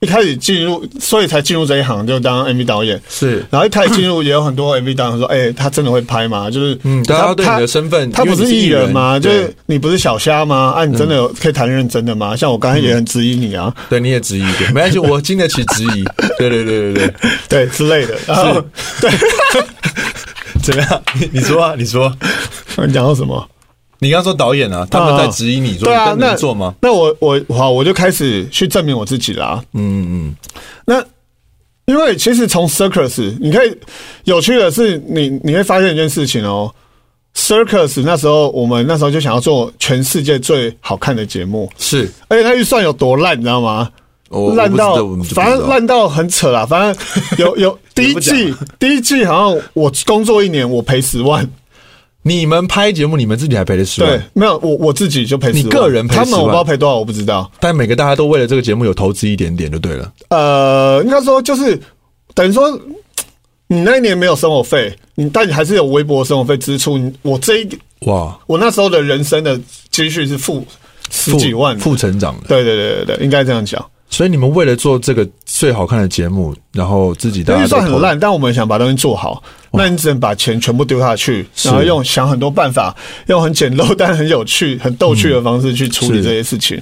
[SPEAKER 2] 一开始进入，所以才进入这一行就当 MV 导演。
[SPEAKER 1] 是，
[SPEAKER 2] 然后一开始进入也有很多 MV 导演说：“哎、他真的会拍吗？”就是
[SPEAKER 1] 嗯，大家对你的身份，
[SPEAKER 2] 他
[SPEAKER 1] 因
[SPEAKER 2] 不
[SPEAKER 1] 为
[SPEAKER 2] 是
[SPEAKER 1] 你
[SPEAKER 2] 艺
[SPEAKER 1] 艺
[SPEAKER 2] 人吗？就
[SPEAKER 1] 对嗯
[SPEAKER 2] 是你不是小虾吗？啊，你真的有、可以谈认真的吗？像我刚才也很质疑你啊，
[SPEAKER 1] 对，你也质疑一点，没关系，我经得起质疑。对对对对对，
[SPEAKER 2] 对之类的。然后
[SPEAKER 1] 怎么样？你你说啊，你说，
[SPEAKER 2] 你讲到什么？
[SPEAKER 1] 你刚刚说导演啊，他们在质疑你说
[SPEAKER 2] 对
[SPEAKER 1] 你
[SPEAKER 2] 啊，
[SPEAKER 1] 真的
[SPEAKER 2] 那
[SPEAKER 1] 能做吗？？
[SPEAKER 2] 那我我好，我就开始去证明我自己啦。
[SPEAKER 1] 嗯嗯
[SPEAKER 2] 那因为其实从 circus，你可以有趣的是你，你会发现一件事情哦。circus 那时候，我们那时候就想要做全世界最好看的节目，
[SPEAKER 1] 是，
[SPEAKER 2] 而且它预算有多烂，你知道吗？
[SPEAKER 1] 我
[SPEAKER 2] 烂到
[SPEAKER 1] 我不知道我们就不知道
[SPEAKER 2] 反正烂到很扯啦。反正 有有第一季，第一季好像我工作一年，我赔十万。
[SPEAKER 1] 你们拍节目，你们自己还赔了十
[SPEAKER 2] 对
[SPEAKER 1] 万，，
[SPEAKER 2] 没有我我自己就赔十万，
[SPEAKER 1] 你个人赔
[SPEAKER 2] 他们
[SPEAKER 1] 10万
[SPEAKER 2] 我不知道赔多少，我不知道。
[SPEAKER 1] 但每个大家都为了这个节目有投资一点点就对了。
[SPEAKER 2] 呃，应该说就是等于说，你那一年没有生活费，你但你还是有微薄的生活费支出。你我这一
[SPEAKER 1] 哇，
[SPEAKER 2] 我那时候的人生的积蓄是负十
[SPEAKER 1] 负
[SPEAKER 2] 几万的，
[SPEAKER 1] 负成长的，
[SPEAKER 2] 对对对对对，应该这样讲。
[SPEAKER 1] 所以你们为了做这个最好看的节目，然后自己大家
[SPEAKER 2] 预
[SPEAKER 1] 都
[SPEAKER 2] 算很
[SPEAKER 1] 投，
[SPEAKER 2] 烂，但我们想把东西做好，那你只能把钱全部丢下去，然后用想很多办法，用很简陋但很有趣、很逗趣的方式去处理
[SPEAKER 1] 是
[SPEAKER 2] 这些事情。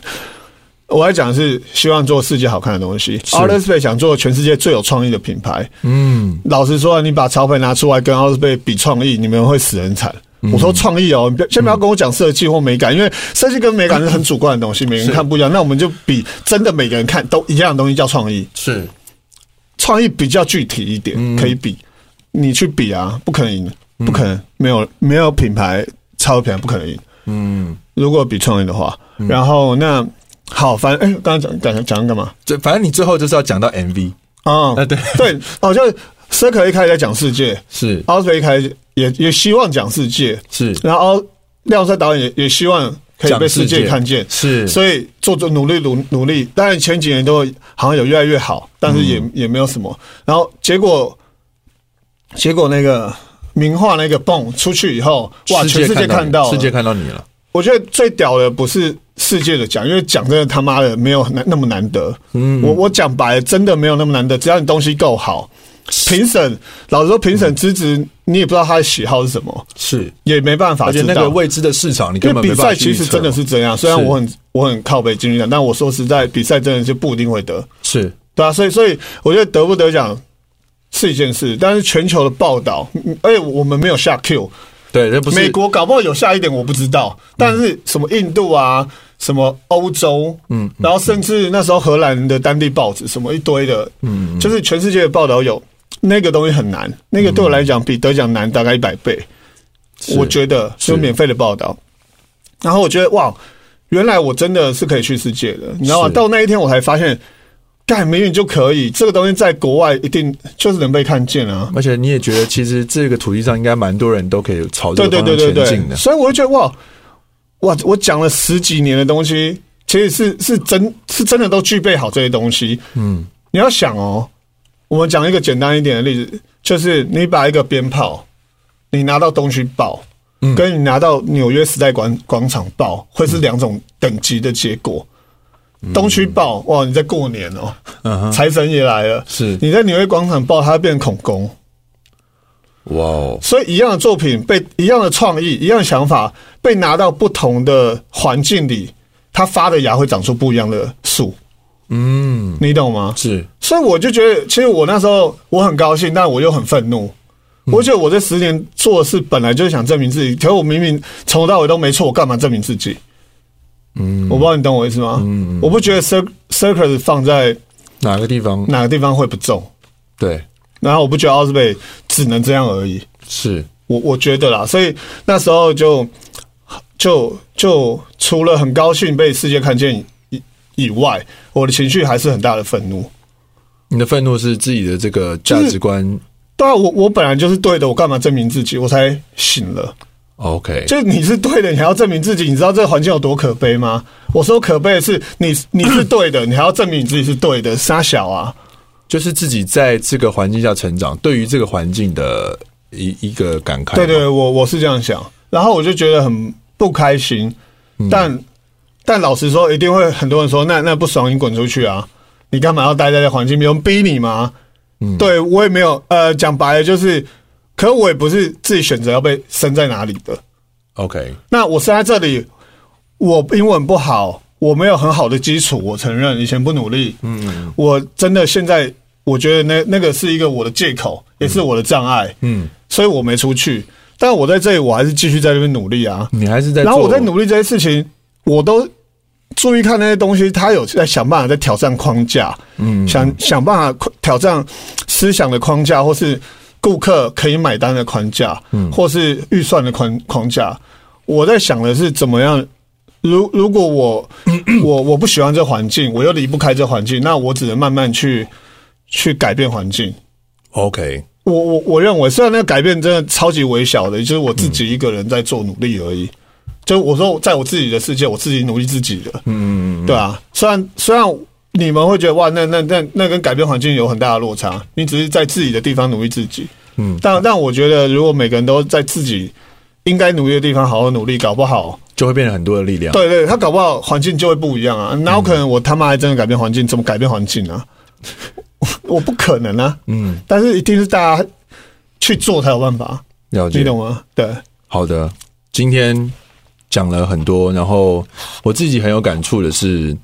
[SPEAKER 2] 我来讲的是希望做世界好看的东西，Outer Space 想做全世界最有创意的品牌。
[SPEAKER 1] 嗯，
[SPEAKER 2] 老实说，你把潮牌拿出来跟 Outer Space 比创意，你们会死人惨。我说创意哦，你不要先不要跟我讲设计或美感，因为设计跟美感是很主观的东西，每个人看不一样。那我们就比真的每个人看都一样的东西叫创意。
[SPEAKER 1] 是
[SPEAKER 2] 创意比较具体一点，
[SPEAKER 1] 嗯
[SPEAKER 2] 可以比。你去比啊，不可能赢，不可能，没有没有品牌超品牌不可能赢。
[SPEAKER 1] 嗯，
[SPEAKER 2] 如果比创意的话，然后那好，反正哎，刚刚讲讲讲干嘛？
[SPEAKER 1] 这反正你最后就是要讲到 MV，
[SPEAKER 2] 啊、
[SPEAKER 1] 啊对
[SPEAKER 2] 对，好像 c i r c l 一开始在讲世界
[SPEAKER 1] 是
[SPEAKER 2] o u t 一开始也也希望讲世界，
[SPEAKER 1] 是
[SPEAKER 2] 然后廖帅导演也也希望可以被
[SPEAKER 1] 讲世
[SPEAKER 2] 世界
[SPEAKER 1] 界
[SPEAKER 2] 看见，
[SPEAKER 1] 是
[SPEAKER 2] 所以做做努力努努力，当然前几年都好像有越来越好，但是
[SPEAKER 1] 嗯
[SPEAKER 2] 也、也没有什么。然后结果结果那个名画那个泵出去以后，哇，全世界看到了，
[SPEAKER 1] 世界看到你了，
[SPEAKER 2] 我觉得最屌的不是世界的奖，因为奖真的他妈的没有难那么难得。嗯，我我讲白了，真的没有那么难得，只要你东西 够好。评审老实说，评
[SPEAKER 1] 嗯
[SPEAKER 2] 审资质你也不知道他的喜好是什么，
[SPEAKER 1] 是，
[SPEAKER 2] 也没办法
[SPEAKER 1] 而且
[SPEAKER 2] 知道。
[SPEAKER 1] 那个未知的市场，你根
[SPEAKER 2] 因为
[SPEAKER 1] 本没
[SPEAKER 2] 比
[SPEAKER 1] 办法
[SPEAKER 2] 赛
[SPEAKER 1] 去
[SPEAKER 2] 其
[SPEAKER 1] 预
[SPEAKER 2] 实
[SPEAKER 1] 测
[SPEAKER 2] 真的
[SPEAKER 1] 嘛
[SPEAKER 2] 是这样，虽然
[SPEAKER 1] 是
[SPEAKER 2] 我很我很靠北金曲奖，但我说实在，比赛真的就不一定会得，
[SPEAKER 1] 是
[SPEAKER 2] 对啊，所以所以我觉得得不得奖是一件事，但是全球的报道，嗯而且我们没有下 Q，
[SPEAKER 1] 对，这不是嗯
[SPEAKER 2] 美国搞不好有下一点我不知道，但是什么印度啊，什么欧洲，嗯，然后甚至那时候荷兰的当地报纸什么一堆的，嗯，就是全世界的报道有那个东西很难，那个对我来讲比得奖难大概一百倍，我觉得就免费的报道，然后我觉得哇，原来我真的是可以去世界的，你知道吗？
[SPEAKER 1] 是
[SPEAKER 2] 到那一天我才发现。干明明就可以，这个东西在国外一定就是能被看见啊！
[SPEAKER 1] 而且你也觉得，其实这个土地上应该蛮多人都可以朝这
[SPEAKER 2] 对
[SPEAKER 1] 个
[SPEAKER 2] 对
[SPEAKER 1] 方向
[SPEAKER 2] 对对
[SPEAKER 1] 前进
[SPEAKER 2] 对，
[SPEAKER 1] 的。
[SPEAKER 2] 所以我就觉得哇哇，我讲了十几年的东西，其实是是真是真的都具备好这些东西。嗯，你要想哦，我们讲一个简单一点的例子，就是你把一个鞭炮，你拿到东区爆，
[SPEAKER 1] 嗯
[SPEAKER 2] 跟你拿到纽约时代广广场爆，会是两种等级的结果。东区爆，哇！你在过年哦，
[SPEAKER 1] 嗯哼，
[SPEAKER 2] 财神也来了。
[SPEAKER 1] 是
[SPEAKER 2] 你在纽约广场爆，它变恐攻。
[SPEAKER 1] 哇哦，
[SPEAKER 2] 所以一样的作品被一样的创意、一样的想法被拿到不同的环境里，它发的芽会长出不一样的树，
[SPEAKER 1] 嗯，
[SPEAKER 2] 你懂吗？
[SPEAKER 1] 是
[SPEAKER 2] 所以我就觉得，其实我那时候我很高兴，但我又很愤怒。我觉得我这十年做的事本来就是想证明自己，可是我明明从头到尾都没错，我干嘛证明自己？嗯，我不知道你懂我意思吗？嗯，我不觉得 cir circus 放在
[SPEAKER 1] 哪个地方？
[SPEAKER 2] 哪个地方会不中，
[SPEAKER 1] 对，
[SPEAKER 2] 然后我不觉得奥斯贝只能这样而已。
[SPEAKER 1] 是
[SPEAKER 2] 我我觉得啦，所以那时候就就就除了很高兴被世界看见以以外，我的情绪还是很大的愤怒。
[SPEAKER 1] 你的愤怒是自己的这个价值观。
[SPEAKER 2] 当啊然我我本来就是对的，我干嘛证明自己？我才醒了。
[SPEAKER 1] OK，
[SPEAKER 2] 就你是对的，你还要证明自己，你知道这个环境有多可悲吗？我说可悲的是你你是对的，你还要证明你自己是对的，傻小啊！
[SPEAKER 1] 就是自己在这个环境下成长，对于这个环境的一一个感慨。
[SPEAKER 2] 对对，我我是这样想，然后我就觉得很不开心，但但老实说，一定会很多人说，那那不爽你滚出去啊！你干嘛要待在这环境？没有人逼你吗？对我也没有，呃，讲白了就是，可我也不是自己选择要被生在哪里的。
[SPEAKER 1] OK，
[SPEAKER 2] 那我生在这里，我英文不好，我没有很好的基础，我承认以前不努力，嗯，我真的现在我觉得那那个是一个我的借口，也是我的障碍，
[SPEAKER 1] 嗯，
[SPEAKER 2] 所以我没出去。但我在这里，我还是继续在这边努力啊。
[SPEAKER 1] 你还是在做，
[SPEAKER 2] 然后我在努力这些事情，我都注意看那些东西，他有在想办法在挑战框架，嗯，想想办法挑战思想的框架，或是顾客可以买单的框架，嗯，或是预算的框框架。我在想的是怎么样。如如果我我我不喜欢这环境，我又离不开这环境，那我只能慢慢去去改变环境。
[SPEAKER 1] OK，
[SPEAKER 2] 我我我认为，虽然那个改变真的超级微小的，就是我自己一个人在做努力而已。就我说，在我自己的世界，我自己努力自己的，嗯嗯对啊。虽然虽然你们会觉得哇，那那那那跟改变环境有很大的落差，你只是在自己的地方努力自己，嗯。但但我觉得，如果每个人都在自己应该努力的地方好好努力，搞不好，
[SPEAKER 1] 就会变成很多的力量。
[SPEAKER 2] 对对，他搞不好环境就会不一样啊。哪有可能我他妈还真的改变环境？怎么改变环境啊？
[SPEAKER 1] 嗯
[SPEAKER 2] 我我不可能啊。嗯，但是一定是大家去做才有办法，
[SPEAKER 1] 了
[SPEAKER 2] 你
[SPEAKER 1] 解。
[SPEAKER 2] 懂吗？对，
[SPEAKER 1] 好的，今天讲了很多，然后我自己很有感触的是，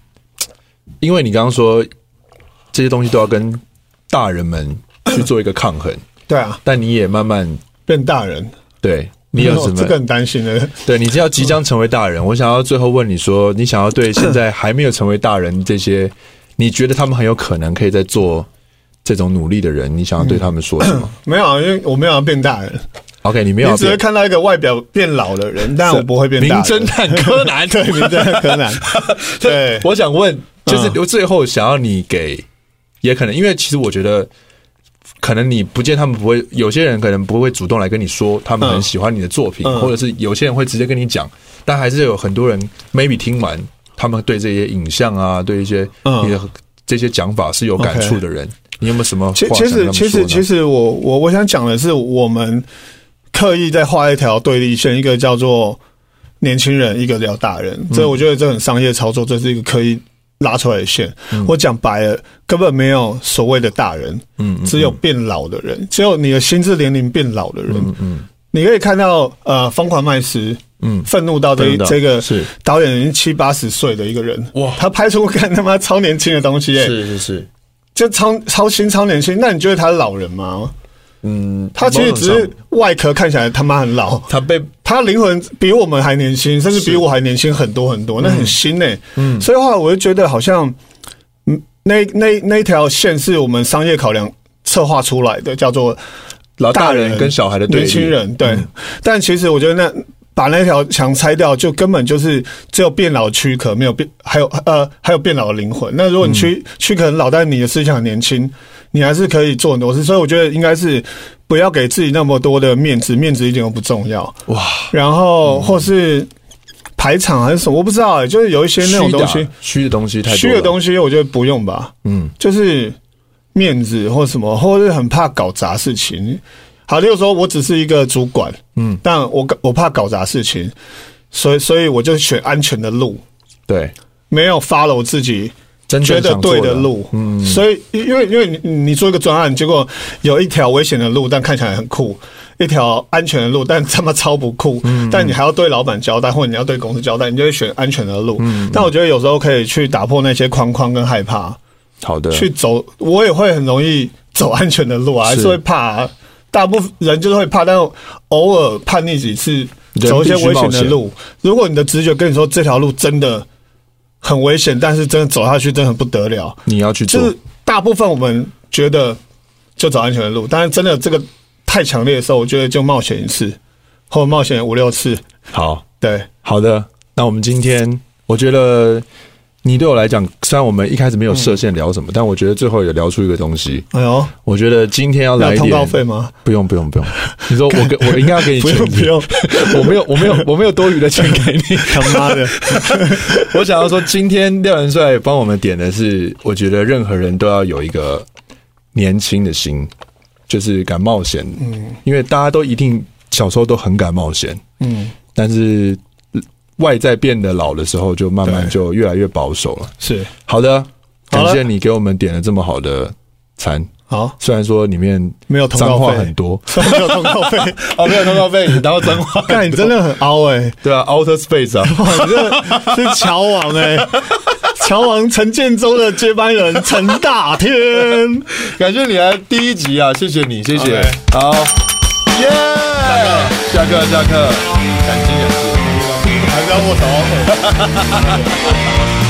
[SPEAKER 1] 因为你刚刚说这些东西都要跟大人们去做一个抗衡，
[SPEAKER 2] 对啊，
[SPEAKER 1] 但你也慢慢
[SPEAKER 2] 变大人。嗯
[SPEAKER 1] 对你有 什么
[SPEAKER 2] 这个很担心的。
[SPEAKER 1] 对你要即将成为大人，我想要最后问你说，你想要对现在还没有成为大人这些，你觉得他们很有可能可以在做这种努力的人，你想要对他们说什么
[SPEAKER 2] 没有，啊，因为我没有要变大人，
[SPEAKER 1] ？OK，你没
[SPEAKER 2] 你
[SPEAKER 1] 有
[SPEAKER 2] 只会看到一个外表变老的人，但我不会变
[SPEAKER 1] 名
[SPEAKER 2] 大 人。
[SPEAKER 1] 侦探柯 南，对
[SPEAKER 2] 名侦探 柯南，对，
[SPEAKER 1] 我想
[SPEAKER 2] 嗯
[SPEAKER 1] 问，就是我最后想要你给，也可能因为其实我觉得，可能你不见他们不会，有些人可能不会主动来跟你说他们很喜欢你的作品，
[SPEAKER 2] 嗯
[SPEAKER 1] 或者是有些人会直接跟你讲，但还是有很多人 maybe 听完，他们对这些影像啊，对一些
[SPEAKER 2] 嗯
[SPEAKER 1] 你的这些讲法是有感触的人，你有没有什么话
[SPEAKER 2] 其
[SPEAKER 1] 想
[SPEAKER 2] 其
[SPEAKER 1] 跟他
[SPEAKER 2] 实
[SPEAKER 1] 们
[SPEAKER 2] 其
[SPEAKER 1] 说
[SPEAKER 2] 实
[SPEAKER 1] 呢
[SPEAKER 2] 其实我我我想讲的是，我们刻意在画一条对立线，一个叫做年轻人，一个叫大人。
[SPEAKER 1] 嗯
[SPEAKER 2] 这我觉得这很商业操作，这是一个刻意拉出来的线。我讲白了，根本没有所谓的大人，
[SPEAKER 1] 嗯嗯
[SPEAKER 2] 只有变老的人，只有你的心智年龄变老的人。你可以看到，呃，疯狂麦斯，
[SPEAKER 1] 嗯
[SPEAKER 2] 愤怒到这
[SPEAKER 1] 愤怒到
[SPEAKER 2] 这个
[SPEAKER 1] 是
[SPEAKER 2] 导演已经七八十岁的一个人，
[SPEAKER 1] 哇
[SPEAKER 2] 他拍出看他妈超年轻的东西、欸，
[SPEAKER 1] 是是是，
[SPEAKER 2] 就超超新超年轻，那你觉得他是老人吗？
[SPEAKER 1] 嗯，
[SPEAKER 2] 他其实只
[SPEAKER 1] 某种
[SPEAKER 2] 是
[SPEAKER 1] 上
[SPEAKER 2] 外壳看起来他妈很老，
[SPEAKER 1] 他被
[SPEAKER 2] 他灵魂比我们还年轻，甚至比我还年轻很多很多，那很新呢、嗯，所以后来我就觉得好像，嗯，那那那条线是我们商业考量策划出来的，叫做
[SPEAKER 1] 老大
[SPEAKER 2] 大人
[SPEAKER 1] 人跟小孩的对
[SPEAKER 2] 年
[SPEAKER 1] 立，
[SPEAKER 2] 轻人对。但其实我觉得那把那条墙拆掉，就根本就是只有变老躯壳，没有变，还有呃还有变老的灵魂。那如果你躯躯壳很老，但你的思想很年轻，你还是可以做很多事。所以我觉得应该是不要给自己那么多的面子，面子一点都不重要。
[SPEAKER 1] 哇，
[SPEAKER 2] 然后或是排场还是什么，我不知道、欸，就是有一些那种
[SPEAKER 1] 虚的
[SPEAKER 2] 东
[SPEAKER 1] 啊
[SPEAKER 2] 西，
[SPEAKER 1] 虚的东西太多了
[SPEAKER 2] 虚的东西，我觉得不用吧。
[SPEAKER 1] 嗯，
[SPEAKER 2] 就是面子或什么，或是很怕搞砸事情。好，例如说我只是一个主管，嗯，但我我怕搞砸事情，所以所以我就选安全的路，
[SPEAKER 1] 对。
[SPEAKER 2] 没有 follow 自己
[SPEAKER 1] 真
[SPEAKER 2] 觉
[SPEAKER 1] 正
[SPEAKER 2] 得
[SPEAKER 1] 想做
[SPEAKER 2] 对的路，嗯，所以因因为因为你你你做一个专案，结果有一条危险的路，但看起来很酷；一条安全的路，但他妈超不酷。
[SPEAKER 1] 嗯
[SPEAKER 2] 但你还要对老板交代，或者你要对公司交代，你就会选安全的路。
[SPEAKER 1] 嗯
[SPEAKER 2] 但我觉得有时候可以去打破那些框框跟害怕，
[SPEAKER 1] 好的，
[SPEAKER 2] 去走。我也会很容易走安全的路啊，还是
[SPEAKER 1] 是
[SPEAKER 2] 会怕啊、大部分人就是会怕，但偶尔叛逆几次，
[SPEAKER 1] 人
[SPEAKER 2] 走一些
[SPEAKER 1] 必须
[SPEAKER 2] 危
[SPEAKER 1] 冒
[SPEAKER 2] 险的
[SPEAKER 1] 险
[SPEAKER 2] 路。如果你的直觉跟你说这条路真的很危险，但是真的走下去真的很不得了。
[SPEAKER 1] 你要去
[SPEAKER 2] 就
[SPEAKER 1] 做
[SPEAKER 2] 是，大部分我们觉得就走安全的路，但是真的这个太强烈的时候，我觉得就冒险一次，或冒险五六次。
[SPEAKER 1] 好
[SPEAKER 2] 对，
[SPEAKER 1] 好的。那我们今天，我觉得你你对我来讲，虽然我们一开始没有设限聊
[SPEAKER 2] 嗯
[SPEAKER 1] 什么，但我觉得最后有聊出一个东西。
[SPEAKER 2] 哎呦，
[SPEAKER 1] 我觉得今天要来
[SPEAKER 2] 要
[SPEAKER 1] 一
[SPEAKER 2] 通
[SPEAKER 1] 点
[SPEAKER 2] 告费吗？
[SPEAKER 1] 不用不用不用，你说我跟我应该要给 你
[SPEAKER 2] 不
[SPEAKER 1] 钱，
[SPEAKER 2] 用不用，
[SPEAKER 1] 我没有我没有我没有多余的钱给你。
[SPEAKER 2] 他妈的，
[SPEAKER 1] 我想要说，今天廖元帅帮我们点的是，我觉得任何人都要有一个年轻的心，就是敢冒险。嗯，因为大家都一定小时候都很敢冒险，
[SPEAKER 2] 嗯，
[SPEAKER 1] 但是呃外在变得老的时候，就慢慢
[SPEAKER 2] 对
[SPEAKER 1] 就越来越保守了。
[SPEAKER 2] 是
[SPEAKER 1] 好的，感
[SPEAKER 2] 好了
[SPEAKER 1] 谢你给我们点了这么好的餐，
[SPEAKER 2] 好，
[SPEAKER 1] 虽然说里面
[SPEAKER 2] 没有通告
[SPEAKER 1] 脏话
[SPEAKER 2] 费
[SPEAKER 1] 很多，
[SPEAKER 2] 没有通 告费，
[SPEAKER 1] 哦，没有通告费，然后脏话
[SPEAKER 2] 看你真的很凹哎、
[SPEAKER 1] 对啊，outer space 啊，
[SPEAKER 2] 哇，你这是乔王哎、 乔王陈建州的接班人陈大天，
[SPEAKER 1] 感谢你来第一集啊，谢谢你，谢谢
[SPEAKER 2] OK
[SPEAKER 1] 好，耶、下课，下课，感激感激。
[SPEAKER 2] 还是要握手。